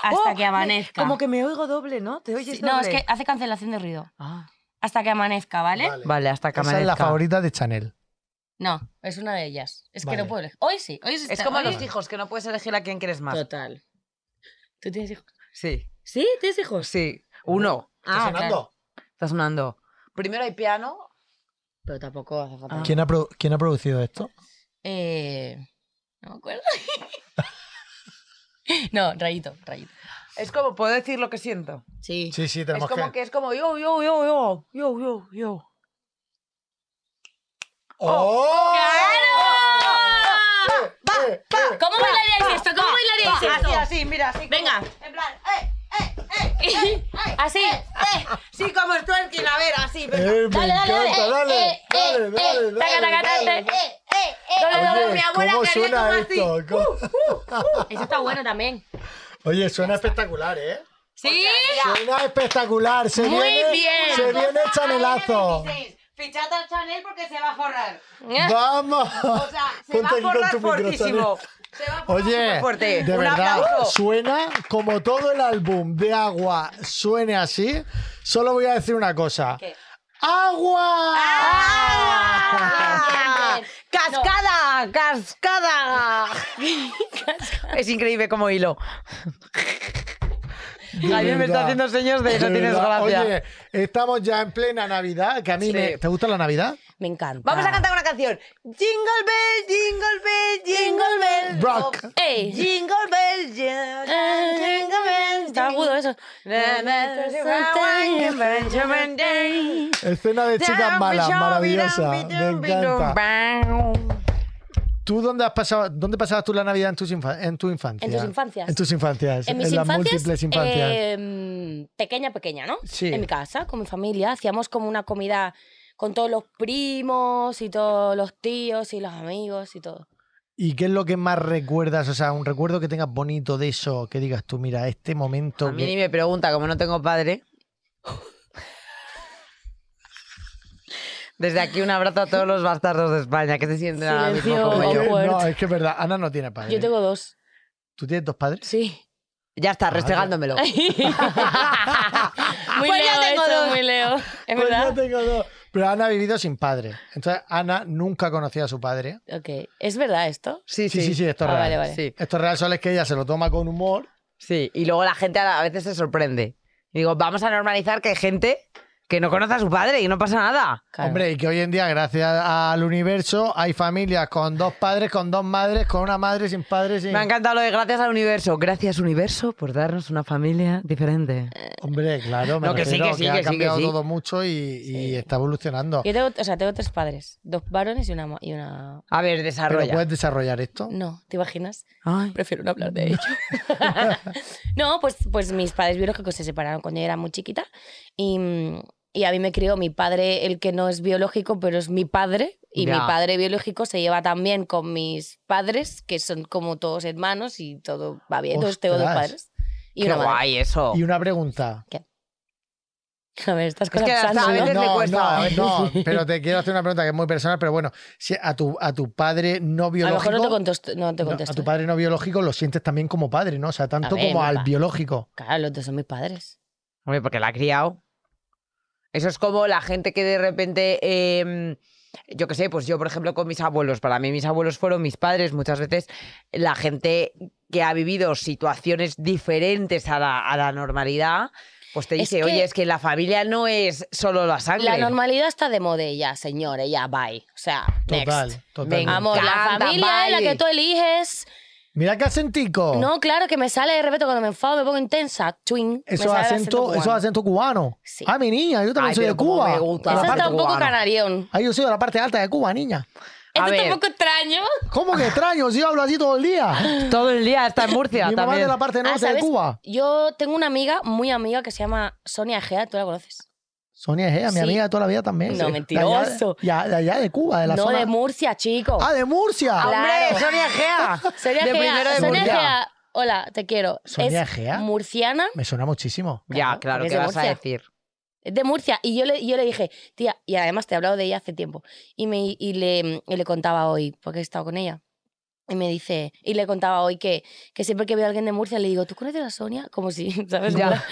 Speaker 5: hasta
Speaker 3: Oh,
Speaker 5: que amanezca.
Speaker 3: Como que me oigo doble, ¿no? ¿Te oyes
Speaker 5: Sí,
Speaker 3: doble?
Speaker 5: no, es que hace cancelación de ruido.
Speaker 3: Ah,
Speaker 5: Hasta que amanezca, ¿vale?
Speaker 3: Vale, hasta que
Speaker 2: Esa es la
Speaker 3: amanezca.
Speaker 2: favorita de Chanel.
Speaker 5: No, es una de ellas. Es que
Speaker 2: Vale.
Speaker 5: no puedo elegir. Hoy sí, hoy sí.
Speaker 3: Es
Speaker 5: está-
Speaker 3: como
Speaker 5: hoy-
Speaker 3: los hijos, que no puedes elegir a quién quieres más.
Speaker 5: Total. ¿Tú tienes hijos?
Speaker 3: Sí,
Speaker 5: ¿Sí? ¿Tienes hijos?
Speaker 3: sí. Uno.
Speaker 2: ¿Está sonando?
Speaker 5: Ah, claro.
Speaker 3: Está sonando. Primero hay piano.
Speaker 5: Pero tampoco hace falta.
Speaker 3: Ah.
Speaker 2: ¿Quién, ha produ- quién ha producido esto?
Speaker 5: Eh, no me acuerdo. no, rayito, rayito.
Speaker 3: Es como, ¿puedo decir lo que siento?
Speaker 5: Sí.
Speaker 2: Sí, sí,
Speaker 3: Es
Speaker 2: tenemos
Speaker 3: como que es como yo, yo, yo, yo, yo, yo, yo.
Speaker 2: ¡Oh!
Speaker 5: ¡Claro!
Speaker 2: ¡Claro!
Speaker 3: Eh,
Speaker 5: ¿Cómo bailaríais esto? ¿Cómo bailaríais esto?
Speaker 3: Así, así, mira, así. como-
Speaker 5: Venga.
Speaker 3: en plan, ¡eh!
Speaker 5: Así.
Speaker 3: Sí, como el twerking, a ver, así. venga.
Speaker 2: Eh, me encanta! ¡Dale, dale, dale!
Speaker 5: Eh, Taca,
Speaker 2: dale,
Speaker 5: taca, taca,
Speaker 2: dale.
Speaker 5: taca.
Speaker 3: Eh, Dale, dale,
Speaker 2: Oye,
Speaker 3: mi abuela
Speaker 2: ¿cómo
Speaker 3: que había como
Speaker 2: suena
Speaker 3: así.
Speaker 2: esto? ¿Cómo-
Speaker 5: Eso está bueno también.
Speaker 2: Oye, suena espectacular, ¿eh?
Speaker 5: ¿Sí?
Speaker 2: Suena espectacular. Se
Speaker 5: Muy
Speaker 2: viene,
Speaker 5: bien.
Speaker 2: Se viene el chanelazo. ¿Eh?
Speaker 3: Fichad al Chanel porque se va a forrar.
Speaker 2: ¡Vamos!
Speaker 3: O sea, se
Speaker 2: Ponte
Speaker 3: va a
Speaker 2: aquí con
Speaker 3: forrar
Speaker 2: tu micro,
Speaker 3: fortísimo.
Speaker 2: Chanel.
Speaker 3: Se va a forrar
Speaker 2: Oye,
Speaker 3: superfuerte.
Speaker 2: de
Speaker 3: Un
Speaker 2: verdad,
Speaker 3: aplauso.
Speaker 2: suena como todo el álbum de Agua suene así. Solo voy a decir una cosa. ¡Agua!
Speaker 3: ¡Ah!
Speaker 5: Bien,
Speaker 3: ¡Cascada! ¡Cascada! es increíble como hilo.
Speaker 2: De
Speaker 3: Javier me
Speaker 2: verdad.
Speaker 3: está haciendo señas de eso
Speaker 2: De
Speaker 3: tienes
Speaker 2: verdad.
Speaker 3: gracia.
Speaker 2: Oye, estamos ya en plena Navidad, que a mí
Speaker 3: Sí.
Speaker 2: me... ¿Te gusta la Navidad?
Speaker 5: Me encanta.
Speaker 3: Vamos
Speaker 2: Ah.
Speaker 3: a cantar una canción. Jingle bell, jingle bell, jingle bell.
Speaker 2: Rock.
Speaker 5: ¡Ey!
Speaker 3: Jingle bell, jingle bell, jingle bell.
Speaker 5: Está ¿eh? agudo eso.
Speaker 3: Na, na, na, na, na, na, na, na.
Speaker 2: Escena de chicas malas, maravillosa. Me encanta. ¿Tú dónde has pasado, dónde pasabas tú la Navidad en tus infa- en tu infancia?
Speaker 5: En tus infancias.
Speaker 2: En tus infancias.
Speaker 5: En mis
Speaker 2: las
Speaker 5: infancias,
Speaker 2: múltiples infancias.
Speaker 5: eh, pequeña, pequeña, ¿no?
Speaker 2: Sí.
Speaker 5: En mi casa, con mi familia. Hacíamos como una comida con todos los primos y todos los tíos y los amigos y todo.
Speaker 2: ¿Y qué es lo que más recuerdas? O sea, un recuerdo que tengas bonito de eso, que digas tú, mira, este momento.
Speaker 3: A mí
Speaker 2: que-
Speaker 3: ni me pregunta, como no tengo padre. Desde aquí un abrazo a todos los bastardos de España que se sienten ahora mismo
Speaker 5: Silencio.
Speaker 3: como
Speaker 2: Es
Speaker 3: yo.
Speaker 2: que- no,
Speaker 5: Howard.
Speaker 2: es que es verdad. Ana no tiene padre.
Speaker 5: Yo tengo dos.
Speaker 2: ¿Tú tienes dos padres?
Speaker 5: Sí.
Speaker 3: Ya está, restregándomelo.
Speaker 5: muy
Speaker 3: Pues ya
Speaker 5: Leo
Speaker 3: tengo
Speaker 5: eso,
Speaker 3: dos.
Speaker 5: muy Leo. Es
Speaker 2: Pues
Speaker 5: verdad.
Speaker 2: yo tengo dos. Pero Ana ha vivido sin padre. Entonces, Ana nunca conocía a su padre.
Speaker 5: Ok. ¿Es verdad esto?
Speaker 3: Sí,
Speaker 2: Sí,
Speaker 3: sí,
Speaker 2: sí, sí, esto es
Speaker 5: Ah,
Speaker 2: real.
Speaker 5: vale, vale.
Speaker 3: Sí.
Speaker 2: Esto es real, solo es que ella se lo toma con humor.
Speaker 3: Sí, y luego la gente a a veces se sorprende. Y digo, vamos a normalizar que hay gente que no conoce a su padre y no pasa nada.
Speaker 5: Claro.
Speaker 2: Hombre, y que hoy en día, gracias al universo, hay familias con dos padres, con dos madres, con una madre sin padre, sin...
Speaker 3: Me ha encantado lo de gracias al universo. Gracias, universo, por darnos una familia diferente.
Speaker 2: Hombre, claro, me
Speaker 3: No, que sí,
Speaker 2: refiero
Speaker 3: que sí,
Speaker 2: ha
Speaker 3: que sí, que
Speaker 2: cambiado
Speaker 3: sí.
Speaker 2: todo mucho y, y está evolucionando.
Speaker 5: Yo tengo, o sea, tengo tres padres. Dos varones y una... ma- Y una...
Speaker 3: A ver,
Speaker 2: ¿Pero
Speaker 3: desarrolla.
Speaker 2: puedes desarrollar esto?
Speaker 5: No, ¿te imaginas?
Speaker 3: Ay.
Speaker 5: Prefiero no hablar de ello. Mm. no, pues, pues mis padres biológicos se separaron cuando yo era muy chiquita y, mm, y a mí me crió mi padre, el que no es biológico, pero es mi padre. Y mi
Speaker 3: Ya.
Speaker 5: padre biológico se lleva también con mis padres, que son como todos hermanos y todo va bien. Entonces tengo dos
Speaker 2: Ostras.
Speaker 5: padres. Y
Speaker 3: Qué
Speaker 5: una madre.
Speaker 3: guay eso.
Speaker 2: Y una pregunta. Eh,
Speaker 5: A ver, estas
Speaker 3: que
Speaker 5: cosas
Speaker 3: hasta
Speaker 5: pasan,
Speaker 3: a
Speaker 5: ¿no?
Speaker 3: veces- le
Speaker 2: No, no,
Speaker 3: cuesta.
Speaker 2: no, pero te quiero hacer una pregunta que es muy personal, pero bueno, si a tu, a tu padre no
Speaker 5: A lo
Speaker 2: biológico...
Speaker 5: mejor no te contesto. No te
Speaker 2: no,
Speaker 5: contesto.
Speaker 2: a tu padre no biológico lo sientes también como padre, ¿no? O sea, tanto
Speaker 5: A ver,
Speaker 2: como
Speaker 5: mi
Speaker 2: al
Speaker 5: pa-
Speaker 2: biológico.
Speaker 5: Claro, los dos son mis padres.
Speaker 3: Hombre, porque la ha criado. Eso es como la gente que de repente, eh, yo qué sé, pues yo, por ejemplo, con mis abuelos, para mí mis abuelos fueron mis padres muchas veces, la gente que ha vivido situaciones diferentes a la, a la normalidad, pues te
Speaker 5: Es
Speaker 3: dice,
Speaker 5: que-
Speaker 3: oye, es que la familia no es solo la sangre.
Speaker 5: La normalidad está de moda ya, señores, ya, bye. O sea,
Speaker 2: Total,
Speaker 5: next.
Speaker 2: total.
Speaker 3: Venga.
Speaker 5: Amor, la
Speaker 3: encanta,
Speaker 5: familia es la
Speaker 3: bye.
Speaker 5: que tú eliges.
Speaker 2: Mira qué acentico.
Speaker 5: No, claro, que me sale de repente cuando me enfado, me pongo intensa. Twing. me
Speaker 2: Eso
Speaker 5: sale
Speaker 2: es
Speaker 5: el
Speaker 2: acento,
Speaker 5: cubano.
Speaker 2: eso es acento cubano.
Speaker 5: Sí.
Speaker 2: Ah, mi niña, yo también
Speaker 3: Ay,
Speaker 2: soy de
Speaker 3: pero cómo
Speaker 2: Cuba.
Speaker 3: me gusta
Speaker 2: De
Speaker 5: Eso
Speaker 2: la
Speaker 3: el
Speaker 5: está
Speaker 2: parte-
Speaker 5: un poco
Speaker 3: cubano.
Speaker 5: canarión.
Speaker 2: Ah, yo soy de la parte alta de Cuba, niña.
Speaker 3: A
Speaker 5: Esto está
Speaker 3: ver.
Speaker 5: un poco extraño.
Speaker 2: ¿Cómo que extraño? Si yo hablo así todo el día.
Speaker 3: Todo el día está en Murcia
Speaker 2: Mi mamá es de
Speaker 3: también.
Speaker 2: la parte
Speaker 5: Ah,
Speaker 2: norte de
Speaker 5: ¿sabes?
Speaker 2: Cuba.
Speaker 5: Yo tengo una amiga, muy amiga, que se llama Sonia Egea, tú la conoces.
Speaker 2: Sonia Egea, mi
Speaker 5: Sí.
Speaker 2: amiga de toda la vida también.
Speaker 5: No,
Speaker 2: Sí.
Speaker 5: mentiroso.
Speaker 2: De allá, ya- de allá de Cuba, de la
Speaker 5: no,
Speaker 2: zona.
Speaker 5: de Murcia, chico.
Speaker 2: Ah, de Murcia.
Speaker 5: Ah,
Speaker 3: ¡Hombre,
Speaker 5: Claro.
Speaker 3: Sonia Gea!
Speaker 5: Sonia
Speaker 3: de
Speaker 5: Egea,
Speaker 3: primero de
Speaker 5: Sonia
Speaker 3: Murcia.
Speaker 5: Egea, hola, te quiero.
Speaker 2: ¿Sonia
Speaker 5: es
Speaker 2: Egea?
Speaker 5: murciana,
Speaker 2: Me suena muchísimo.
Speaker 3: Ya,
Speaker 5: Claro,
Speaker 3: claro,
Speaker 5: porque
Speaker 3: ¿qué
Speaker 5: es de
Speaker 3: vas a
Speaker 5: Murcia.
Speaker 3: decir?
Speaker 5: es de Murcia. Y yo le, yo le dije, tía, y además te he hablado de ella hace tiempo. Y, me, y, le, y le contaba hoy, porque he estado con ella. Y me dice, y le contaba hoy que, que siempre que veo a alguien de Murcia le digo, ¿tú conoces a Sonia? Como si, ¿sabes?
Speaker 3: Ya.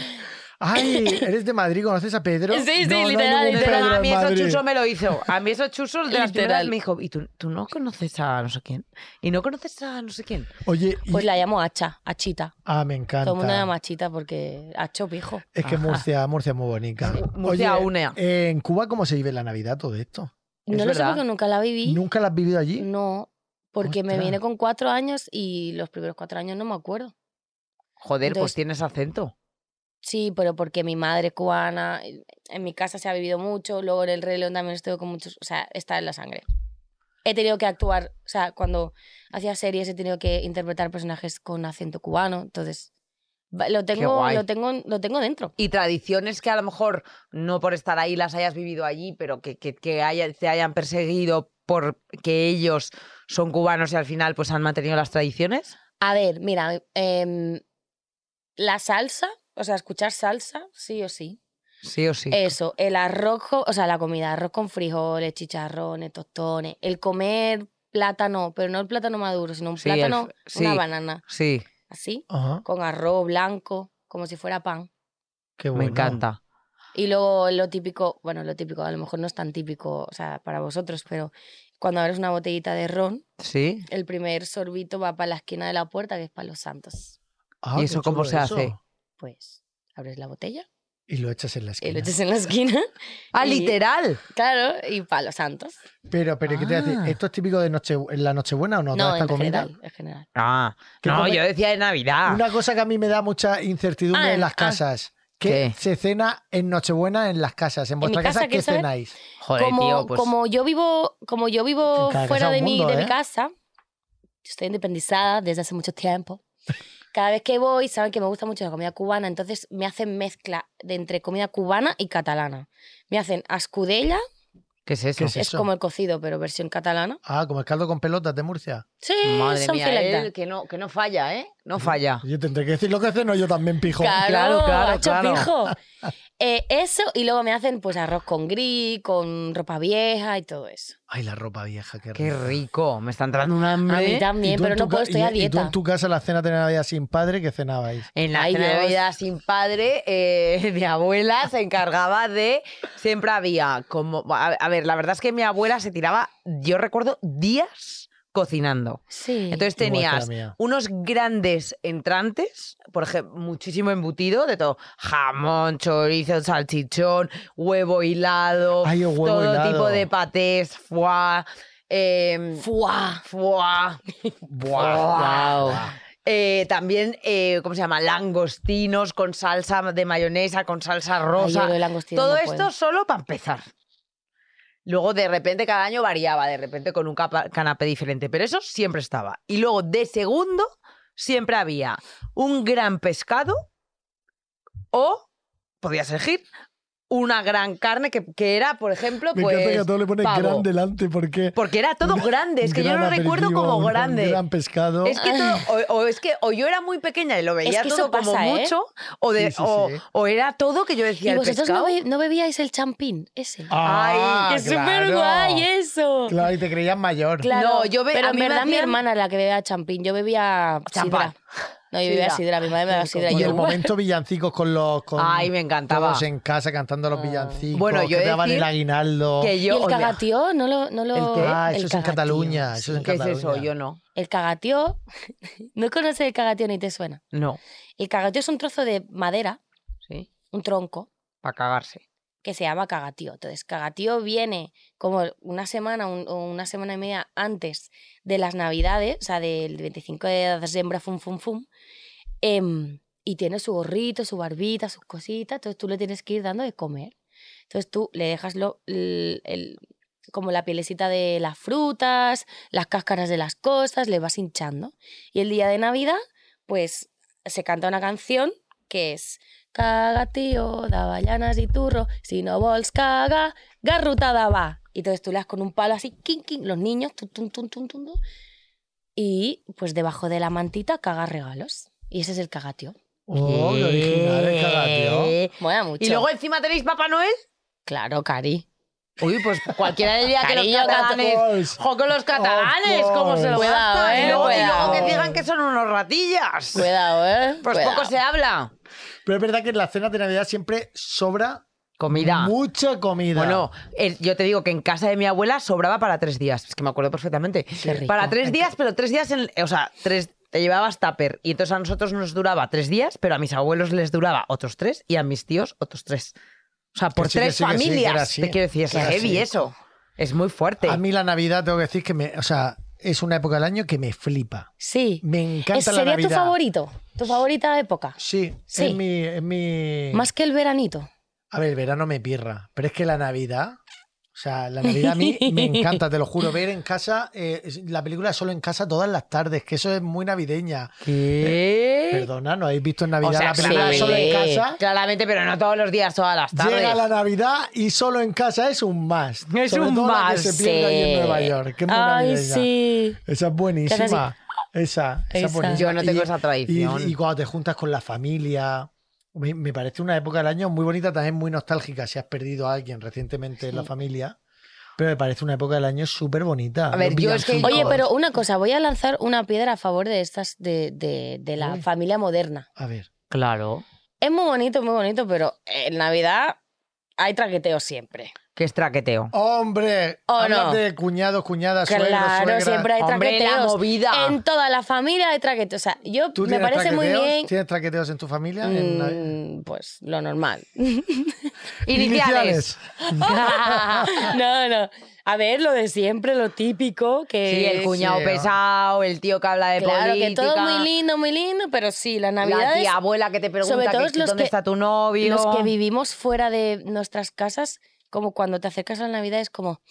Speaker 2: Ay, eres de Madrid, ¿conoces a Pedro?
Speaker 5: Sí, sí,
Speaker 2: no,
Speaker 5: literal,
Speaker 2: No, hay ningún
Speaker 5: literal.
Speaker 2: Pedro
Speaker 3: Pero a
Speaker 2: en
Speaker 3: mí eso
Speaker 2: Madrid.
Speaker 3: Chuso me lo hizo. A mí eso Chuso de las
Speaker 5: Literal.
Speaker 3: primeras me dijo, ¿y tú, tú no conoces a no sé quién? ¿Y no conoces a no sé quién?
Speaker 2: Oye, y-
Speaker 5: Pues la llamo Hacha, Achita.
Speaker 2: ah, me encanta.
Speaker 5: Todo el mundo la llama Achita porque Hacho pijo.
Speaker 2: Es que Murcia, Murcia es muy bonita.
Speaker 3: Murcia
Speaker 2: Oye,
Speaker 3: unea.
Speaker 2: eh, ¿En Cuba cómo se vive la Navidad todo esto?
Speaker 5: No lo sé
Speaker 3: verdad.
Speaker 5: porque nunca la viví.
Speaker 2: ¿Nunca la has vivido allí?
Speaker 5: No, porque me
Speaker 2: Ostras.
Speaker 5: vine con cuatro años y los primeros cuatro años no me acuerdo.
Speaker 3: Joder, pues
Speaker 5: Entonces-
Speaker 3: tienes acento.
Speaker 5: Sí, pero porque mi madre es cubana, eh, en mi casa se ha vivido mucho, luego en el Rey León también estuve con muchos, o sea, está en la sangre. He tenido que actuar, o sea, cuando hacía series he tenido que interpretar personajes con acento cubano, entonces va- lo tengo,
Speaker 3: guay.
Speaker 5: lo tengo, lo tengo dentro.
Speaker 3: Y tradiciones que a lo mejor no por estar ahí las hayas vivido allí, pero que, que, que haya- te hayan perseguido porque ellos son cubanos y al final pues han mantenido las tradiciones.
Speaker 5: A ver, mira, em, la salsa, o sea, escuchar salsa, sí o sí.
Speaker 3: Sí o sí.
Speaker 5: Eso, el arroz, co- o sea, la comida, arroz con frijoles, chicharrones, tostones, el comer plátano, pero no el plátano maduro, sino un
Speaker 3: Sí, el
Speaker 5: plátano,
Speaker 3: f- sí.
Speaker 5: una banana,
Speaker 3: sí,
Speaker 5: así,
Speaker 2: Ajá,
Speaker 5: con arroz blanco, como si fuera pan.
Speaker 2: qué bueno.
Speaker 3: me encanta.
Speaker 5: Y luego lo típico, bueno, lo típico, a lo mejor no es tan típico, o sea, para vosotros, pero cuando abres una botellita de ron,
Speaker 3: Sí.
Speaker 5: el primer sorbito va para la esquina de la puerta, que es para los santos.
Speaker 2: Ah,
Speaker 3: ¿Y
Speaker 2: qué
Speaker 3: eso cómo
Speaker 2: chulo
Speaker 3: se hace?
Speaker 5: Pues abres la botella,
Speaker 2: Y lo echas en la
Speaker 5: y
Speaker 2: esquina.
Speaker 5: lo echas en la esquina,
Speaker 3: Ah,
Speaker 5: Y-
Speaker 3: literal.
Speaker 5: claro, y para los santos.
Speaker 2: Pero, pero, ¿qué te hace?
Speaker 3: Ah.
Speaker 2: ¿Esto es típico de noche, en la Nochebuena o no?
Speaker 5: No,
Speaker 2: toda esta
Speaker 5: en
Speaker 2: comida.
Speaker 5: general, en general.
Speaker 3: Ah,
Speaker 2: ¿Qué
Speaker 3: no,
Speaker 2: come-
Speaker 3: yo decía de Navidad.
Speaker 2: Una cosa que a mí me da mucha incertidumbre
Speaker 5: Ah,
Speaker 2: en las
Speaker 5: ah.
Speaker 2: casas. que
Speaker 3: ¿Qué?
Speaker 2: se cena en Nochebuena en las casas? ¿En
Speaker 5: mi
Speaker 2: vuestra
Speaker 5: casa,
Speaker 2: casa qué
Speaker 5: ¿quieres saber?
Speaker 2: cenáis?
Speaker 3: Joder,
Speaker 5: como,
Speaker 3: tío, pues...
Speaker 5: como yo vivo, como yo
Speaker 2: En
Speaker 5: vivo
Speaker 2: cada casa
Speaker 5: fuera
Speaker 2: un
Speaker 5: de, mi,
Speaker 2: mundo,
Speaker 5: de
Speaker 2: ¿eh?
Speaker 5: mi casa, estoy independizada desde hace mucho tiempo. Cada vez que voy, saben que me gusta mucho la comida cubana, entonces me hacen mezcla de entre comida cubana y catalana. Me hacen ascudella,
Speaker 3: ¿Qué es eso?
Speaker 2: ¿Qué es
Speaker 5: es
Speaker 2: eso?
Speaker 5: como el cocido, pero versión catalana.
Speaker 2: Ah, como el caldo con pelotas de Murcia.
Speaker 5: Sí,
Speaker 3: Madre
Speaker 5: son
Speaker 3: mía,
Speaker 5: filetas.
Speaker 3: él que no, que no falla, ¿eh? No falla.
Speaker 2: Yo tendré que decir lo que hacen, no yo también, pijo.
Speaker 5: Ah. Claro,
Speaker 3: Claro, claro,
Speaker 5: claro,
Speaker 3: claro.
Speaker 5: eso, y luego me hacen pues arroz con gris, con ropa vieja y todo eso.
Speaker 2: Ay, la ropa vieja, qué rico.
Speaker 3: Qué rico. Me está entrando un
Speaker 5: A
Speaker 3: hambre.
Speaker 5: mí también, pero no puedo, estoy a
Speaker 2: Y tú en
Speaker 5: dieta.
Speaker 2: tu casa la cena de Navidad sin padre, que cenabais?
Speaker 3: En la
Speaker 5: Ay,
Speaker 3: cena de
Speaker 5: Dios.
Speaker 3: Navidad sin padre, eh, mi abuela se encargaba de. Siempre había como. A, a ver, la verdad es que mi abuela se tiraba, yo recuerdo, días cocinando.
Speaker 5: Sí.
Speaker 3: Entonces
Speaker 2: Igual que la
Speaker 3: tenías
Speaker 2: mía.
Speaker 3: unos grandes entrantes, por ejemplo, muchísimo embutido de todo: jamón, chorizo, salchichón, huevo hilado,
Speaker 2: Ay, el huevo
Speaker 3: todo
Speaker 2: hilado.
Speaker 3: tipo de patés, foie. em,
Speaker 5: ¡Fua!
Speaker 3: Buah. Wow. Eh, también, eh, ¿cómo se llama? Langostinos con salsa de mayonesa, con salsa rosa.
Speaker 5: yo lo de langostino
Speaker 3: Todo
Speaker 5: no
Speaker 3: esto
Speaker 5: puedo.
Speaker 3: solo para empezar. Luego, de repente, cada año variaba, de repente con un capa- canapé diferente, pero eso siempre estaba. Y luego, de segundo, siempre había un gran pescado o, podías elegir, una gran carne que, que era, por ejemplo,
Speaker 2: Me
Speaker 3: pues.
Speaker 2: encanta que a todo le pones
Speaker 3: pavo.
Speaker 2: gran delante, porque...
Speaker 3: Porque era todo grande, es que yo
Speaker 2: gran
Speaker 3: lo recuerdo
Speaker 2: aperitivo,
Speaker 3: como
Speaker 2: un
Speaker 3: grande.
Speaker 2: Gran pescado.
Speaker 3: Es que todo- o, o es que o yo era muy pequeña y lo veía
Speaker 5: Es que
Speaker 3: todo
Speaker 5: eso
Speaker 3: como
Speaker 5: pasa, ¿eh?
Speaker 3: mucho, o, de-
Speaker 2: Sí, sí,
Speaker 3: o,
Speaker 2: sí.
Speaker 3: o era todo que yo decía
Speaker 5: Y
Speaker 3: el
Speaker 5: vosotros no,
Speaker 3: pescado.
Speaker 5: be- no bebíais el champín, ese.
Speaker 2: Ah,
Speaker 3: Ay,
Speaker 5: ¡Es
Speaker 2: claro.
Speaker 5: súper guay
Speaker 3: ¿eh?
Speaker 5: eso!
Speaker 2: Claro, y te creías mayor.
Speaker 5: Claro,
Speaker 3: No, yo be-
Speaker 5: pero
Speaker 3: a
Speaker 5: en
Speaker 3: mí me
Speaker 5: verdad mi
Speaker 3: hacían-
Speaker 5: hermana era la que bebía champín, yo bebía
Speaker 3: Champán.
Speaker 5: sidra. No, yo bebía
Speaker 3: Sidra.
Speaker 5: sidra, mi madre me daba sidra.
Speaker 2: Y
Speaker 5: yo,
Speaker 2: el momento villancicos con los... Con
Speaker 3: Ay, me encantaba.
Speaker 2: Todos en casa cantando los villancicos.
Speaker 3: Bueno, yo
Speaker 2: que te daban
Speaker 3: decir
Speaker 2: el aguinaldo.
Speaker 3: Que
Speaker 5: y
Speaker 3: yo
Speaker 5: el
Speaker 3: olía-
Speaker 5: cagatío, no lo... No lo
Speaker 2: El que- ah, eso
Speaker 5: el
Speaker 2: es en
Speaker 5: cagatío.
Speaker 2: Cataluña. Eso es en
Speaker 3: ¿Qué es
Speaker 2: Cataluña.
Speaker 3: eso? Yo no.
Speaker 5: El cagatío... ¿No conoces el cagatío ni te suena?
Speaker 3: No.
Speaker 5: El cagatío es un trozo de madera,
Speaker 3: Sí.
Speaker 5: un tronco,
Speaker 3: Para cagarse.
Speaker 5: que se llama cagatío. Entonces, cagatío viene como una semana un- o una semana y media antes de las Navidades, o sea, del 25 de diciembre, fum, fum, fum. em, y tiene su gorrito, su barbita, sus cositas. Entonces, tú le tienes que ir dando de comer. Entonces, tú le dejas lo, el- el- como la pielecita de las frutas, las cáscaras de las cosas, le vas hinchando. Y el día de Navidad, pues se canta una canción que es Caga, tío, da ballanas y turro, si no vols caga, garrutada va. Y entonces tú le das con un palo así, king, king, los niños, tum, tum, tum, tum, tum, tum, y pues debajo de la mantita caga regalos. Y ese es el cagatío.
Speaker 2: Oh, qué original el
Speaker 3: eh,
Speaker 2: cagatío.
Speaker 5: Mola mucho.
Speaker 3: Y luego encima tenéis Papá Noel.
Speaker 5: Claro, Cari.
Speaker 3: Uy, pues cualquiera diría que los
Speaker 5: Cariño,
Speaker 3: catalanes.
Speaker 2: course.
Speaker 3: ¡Jo, con los catalanes!
Speaker 2: Of
Speaker 3: ¿Cómo se lo
Speaker 5: course.
Speaker 3: gastan?
Speaker 5: Cuidado,
Speaker 3: y,
Speaker 5: eh,
Speaker 3: luego, y luego que
Speaker 5: cuidado.
Speaker 3: digan que son unos ratillas.
Speaker 5: Cuidado, ¿eh?
Speaker 3: Pues
Speaker 5: Cuidado.
Speaker 3: poco se habla.
Speaker 2: Pero es verdad que en las cenas de Navidad siempre sobra
Speaker 3: Comida.
Speaker 2: mucha comida.
Speaker 3: Bueno, el- yo te digo que en casa de mi abuela sobraba para tres días. Es que me acuerdo perfectamente.
Speaker 5: rico.
Speaker 3: Para tres días, pero tres días en. O sea, tres. Te llevabas tupper. Y entonces a nosotros nos duraba tres días, pero a mis abuelos les duraba otros tres y a mis tíos otros tres. O sea, por
Speaker 2: sí, que
Speaker 3: tres
Speaker 2: sí, que sí, que era
Speaker 3: familias.
Speaker 2: así.
Speaker 3: te quiero decir, es
Speaker 2: Que era
Speaker 3: heavy
Speaker 2: así.
Speaker 3: eso. Es muy fuerte.
Speaker 2: A mí la Navidad, tengo que decir que me. O sea, es una época del año que me flipa.
Speaker 5: Sí.
Speaker 2: Me encanta
Speaker 5: Ese
Speaker 2: la
Speaker 5: sería
Speaker 2: Navidad.
Speaker 5: tu favorito, tu favorita época.
Speaker 2: Sí,
Speaker 5: Sí.
Speaker 2: es mi. Es mi...
Speaker 5: Más que el veranito.
Speaker 2: A ver, el verano me pirra, pero es que la Navidad. O sea, la Navidad a mí me encanta, te lo juro. Ver en casa, eh, es- la película solo en casa todas las tardes, que eso es muy navideña.
Speaker 3: ¿Qué?
Speaker 2: Perdona, ¿no habéis visto en Navidad
Speaker 3: sea,
Speaker 2: la película
Speaker 3: sí.
Speaker 2: solo en casa?
Speaker 3: Claramente, pero no todos los días, todas las tardes.
Speaker 2: Llega la Navidad y solo en casa es un más.
Speaker 3: Es un
Speaker 2: más.
Speaker 3: must,
Speaker 2: que se pierde ahí en Nueva York. que es muy
Speaker 5: Ay,
Speaker 2: navideña.
Speaker 5: sí.
Speaker 2: Esa es
Speaker 5: Que hace así.
Speaker 2: buenísima. Esa, esa, es
Speaker 5: Esa.
Speaker 2: buenísima.
Speaker 3: Yo no tengo esa tradición.
Speaker 2: Y, y cuando te juntas con la familia. Me, me parece una época del año muy bonita, también muy nostálgica. Si has perdido a alguien recientemente en la familia. Pero me parece una época del año súper bonita.
Speaker 3: A ver,
Speaker 2: Los
Speaker 3: yo es que-
Speaker 2: villancicos.
Speaker 5: Oye, pero una cosa, voy a lanzar una piedra a favor de estas de, de- de la
Speaker 2: Uy.
Speaker 5: familia moderna.
Speaker 2: A ver.
Speaker 3: Claro.
Speaker 5: Es muy bonito, muy bonito, pero en Navidad hay traqueteo siempre.
Speaker 3: Que es traqueteo.
Speaker 2: ¡Hombre!
Speaker 5: ¿O
Speaker 2: hablas
Speaker 5: no?
Speaker 2: de cuñados, cuñadas, suegros,
Speaker 5: claro,
Speaker 2: suegra.
Speaker 5: siempre hay
Speaker 3: Hombre, la
Speaker 5: traqueteos.
Speaker 3: movida.
Speaker 5: En toda la familia hay traqueteos. O sea, yo
Speaker 2: ¿Tú
Speaker 5: me
Speaker 2: tienes
Speaker 5: parece muy
Speaker 2: traqueteos?
Speaker 5: bien.
Speaker 2: ¿Tienes traqueteos en tu familia? En Navidad?
Speaker 5: mm, pues lo normal.
Speaker 3: Iniciales.
Speaker 5: no, no. A ver, lo de siempre, lo típico que
Speaker 3: Sí, el
Speaker 5: es-
Speaker 3: cuñado
Speaker 2: sí, ¿no?
Speaker 3: pesado, el tío que habla de
Speaker 5: Claro,
Speaker 3: política.
Speaker 5: que todo muy lindo, muy lindo, pero sí, la Navidad
Speaker 3: La tía abuela que te pregunta
Speaker 5: sobre todo
Speaker 3: que-
Speaker 5: es los
Speaker 3: dónde
Speaker 5: que-
Speaker 3: está tu novio.
Speaker 5: los que vivimos fuera de nuestras casas, como cuando te acercas a la Navidad es como,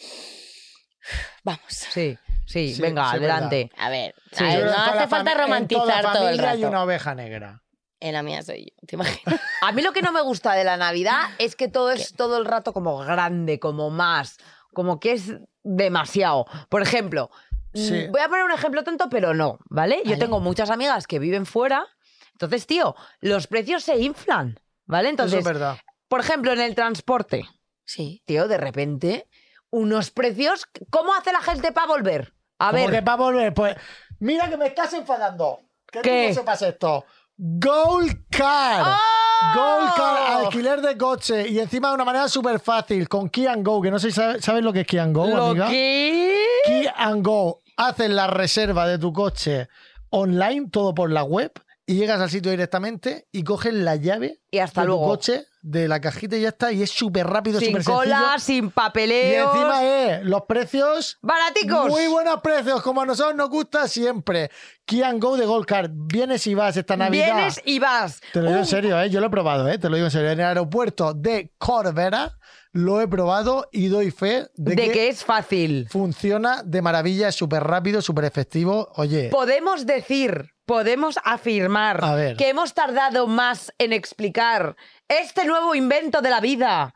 Speaker 5: vamos,
Speaker 3: Sí. Sí,
Speaker 2: Sí,
Speaker 3: venga,
Speaker 2: sí, es verdad.
Speaker 3: adelante.
Speaker 5: A ver,
Speaker 2: Sí,
Speaker 5: a
Speaker 2: yo creo que
Speaker 5: ver, no
Speaker 2: en toda
Speaker 5: hace
Speaker 2: la
Speaker 5: falta
Speaker 2: fami- En
Speaker 5: romantizar
Speaker 2: toda
Speaker 5: todo el
Speaker 2: familia hay
Speaker 5: rato.
Speaker 2: una oveja negra.
Speaker 5: En la mía soy yo, ¿te imaginas?
Speaker 3: A mí lo que no me gusta de la Navidad es que todo es todo el rato como grande, como más, como que es demasiado. Por ejemplo,
Speaker 2: Sí.
Speaker 3: mm, voy a poner un ejemplo tonto, pero no, ¿vale? Yo
Speaker 5: Vale.
Speaker 3: tengo muchas amigas que viven fuera, entonces, tío, los precios se inflan, ¿vale?
Speaker 2: Eso es
Speaker 3: Entonces,
Speaker 2: verdad.
Speaker 3: por ejemplo, en el transporte,
Speaker 5: Sí.
Speaker 3: tío, de repente, unos precios... ¿Cómo hace la gente para volver? A
Speaker 2: ¿Cómo
Speaker 3: ver,
Speaker 2: que va a volver? Pues, mira que me estás enfadando. ¿Qué,
Speaker 3: ¿Qué?
Speaker 2: ¿Qué? no sepas esto? Gold Car.
Speaker 3: ¡Oh!
Speaker 2: Gold Car, alquiler de coche. Y encima de una manera súper fácil, con Key and Go, que no sé si sabe- sabes lo que es Key and Go,
Speaker 3: lo
Speaker 2: amiga.
Speaker 3: que...
Speaker 2: Key and Go. Haces la reserva de tu coche online, todo por la web, y llegas al sitio directamente y coges la llave
Speaker 3: Y hasta
Speaker 2: de tu
Speaker 3: luego.
Speaker 2: coche, de la cajita y ya está. Y es súper rápido,
Speaker 3: Sin
Speaker 2: súper
Speaker 3: cola,
Speaker 2: sencillo.
Speaker 3: sin
Speaker 2: Y
Speaker 3: papeleo.
Speaker 2: encima es los precios
Speaker 3: Baraticos.
Speaker 2: muy buenos precios, como a nosotros nos gusta siempre. Key and Go de Gold Card. Vienes y vas esta Navidad.
Speaker 3: Vienes y vas.
Speaker 2: Te lo digo en
Speaker 3: Un-
Speaker 2: serio, ¿eh? yo lo he probado, ¿eh? te lo digo en serio. En el aeropuerto de Corbera lo he probado y doy fe de,
Speaker 3: de,
Speaker 2: que,
Speaker 3: que, es fácil.
Speaker 2: funciona de maravilla, es súper rápido, súper efectivo. Oye,
Speaker 3: Podemos decir, podemos afirmar
Speaker 2: A ver.
Speaker 3: que hemos tardado más en explicar este nuevo invento de la vida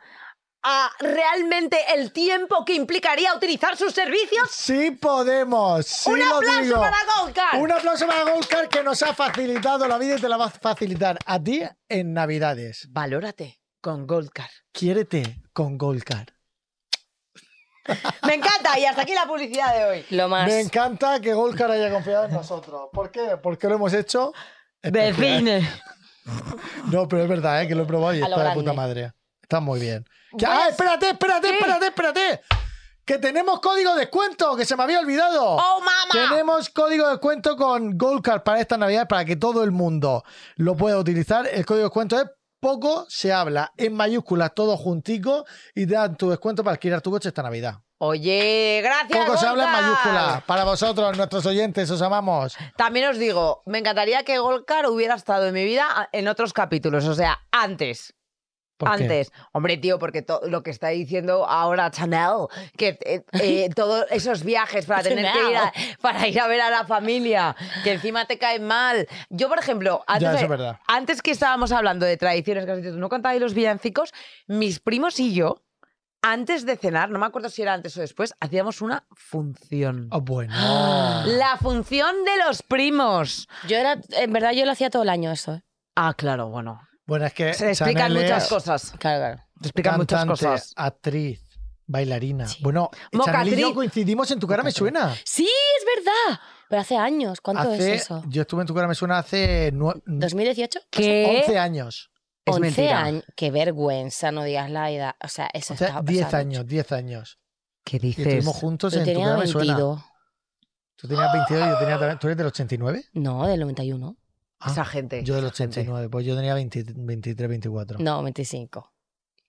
Speaker 3: a realmente el tiempo que implicaría utilizar sus servicios.
Speaker 2: sí podemos, sí
Speaker 3: Un
Speaker 2: lo
Speaker 3: aplauso
Speaker 2: digo.
Speaker 3: para Goldcar.
Speaker 2: Un aplauso para Goldcar que nos ha facilitado la vida y te la va a facilitar a ti en Navidades.
Speaker 3: Valórate con Goldcar.
Speaker 2: Quiérete con Goldcar.
Speaker 3: Me encanta y hasta aquí la publicidad de hoy.
Speaker 5: Lo más.
Speaker 2: Me encanta que Goldcar haya confiado en nosotros. ¿Por qué? Porque lo hemos hecho.
Speaker 3: De cine.
Speaker 2: No, pero es verdad, ¿eh? que lo he probado y
Speaker 5: A
Speaker 2: está
Speaker 5: lo
Speaker 2: de
Speaker 5: grande.
Speaker 2: puta madre. Está muy bien. Que-
Speaker 5: Voy a-
Speaker 2: ¡Ah, espérate, espérate, espérate, espérate! Que tenemos código de descuento, que se me había olvidado.
Speaker 3: ¡Oh, mamá!
Speaker 2: Tenemos código de descuento con Goldcard para esta Navidad para que todo el mundo lo pueda utilizar. El código de descuento es poco se habla, en mayúsculas, todo juntico, y te dan tu descuento para alquilar tu coche esta Navidad.
Speaker 3: Oye, gracias.
Speaker 2: Poco se habla en
Speaker 3: Goldcar.
Speaker 2: mayúsculas. Para vosotros, nuestros oyentes, os amamos.
Speaker 3: También os digo, me encantaría que Golcar hubiera estado en mi vida en otros capítulos, o sea, antes.
Speaker 2: ¿Por qué?
Speaker 3: Antes, hombre, tío, porque to- lo que está diciendo ahora Chanel, que eh, eh, todos esos viajes para tener que ir a, para ir a ver a la familia, que encima te caen mal. Yo, por ejemplo, antes,
Speaker 2: Ya, eso
Speaker 3: de-
Speaker 2: es verdad.
Speaker 3: antes que estábamos hablando de tradiciones, que has dicho, tú no contabas los villancicos, mis primos y yo, antes de cenar, no me acuerdo si era antes o después, hacíamos una función.
Speaker 2: Oh, bueno.
Speaker 3: La función de los primos.
Speaker 5: Yo era, en verdad, yo lo hacía todo el año eso. ¿eh?
Speaker 3: Ah, claro, bueno.
Speaker 2: Bueno, es que
Speaker 3: Se explican
Speaker 2: Chanel
Speaker 3: muchas
Speaker 2: es-
Speaker 3: cosas.
Speaker 5: Claro, claro.
Speaker 3: Se explican muchas
Speaker 2: Cantante,
Speaker 3: cosas.
Speaker 2: actriz, bailarina.
Speaker 5: Sí.
Speaker 2: Bueno, Chanel y
Speaker 3: Mocatriz.
Speaker 2: yo coincidimos en Tu cara me suena.
Speaker 5: Sí, es verdad. Pero hace años. ¿Cuánto
Speaker 2: hace,
Speaker 5: es eso?
Speaker 2: Yo estuve en Tu cara me suena hace nue-
Speaker 5: ¿2018?
Speaker 3: ¿Qué?
Speaker 2: 11 años.
Speaker 3: Es
Speaker 5: 11
Speaker 3: mentira.
Speaker 5: años. Qué vergüenza, no digas la edad. O sea, eso
Speaker 2: O sea,
Speaker 5: está
Speaker 2: 10
Speaker 5: pasado.
Speaker 2: años, 10 años.
Speaker 3: ¿Qué
Speaker 2: Y
Speaker 3: dices?
Speaker 2: estuvimos juntos
Speaker 5: Yo
Speaker 2: en Tu
Speaker 5: tenía
Speaker 2: cara me suena.
Speaker 5: 22.
Speaker 2: Tú tenías 22 y yo tenía también. ¿Tú eres del 89?
Speaker 5: No, del 91.
Speaker 2: Ah,
Speaker 3: Esa gente.
Speaker 2: Yo del
Speaker 3: esa gente.
Speaker 2: 89, pues yo tenía 20 23, 24.
Speaker 5: No, 25.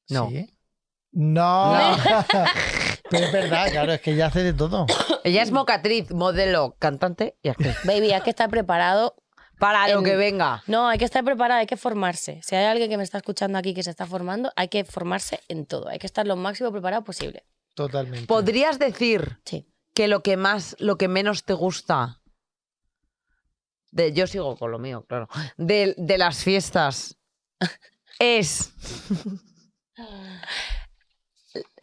Speaker 3: No.
Speaker 2: ¿Sí? No. Pero es verdad, claro, es que ya hace de todo.
Speaker 3: Ella es mocatriz, modelo, cantante y actriz.
Speaker 5: Baby, hay que estar preparado.
Speaker 3: Para lo
Speaker 5: En-
Speaker 3: que venga.
Speaker 5: No, hay que estar preparado, hay que formarse. Si hay alguien que me está escuchando aquí que se está formando, hay que formarse en todo. Hay que estar lo máximo preparado posible.
Speaker 2: Totalmente.
Speaker 3: ¿Podrías decir
Speaker 5: Sí.
Speaker 3: que lo que más, lo que menos te gusta? De, yo sigo con lo mío, claro. De, de las fiestas es.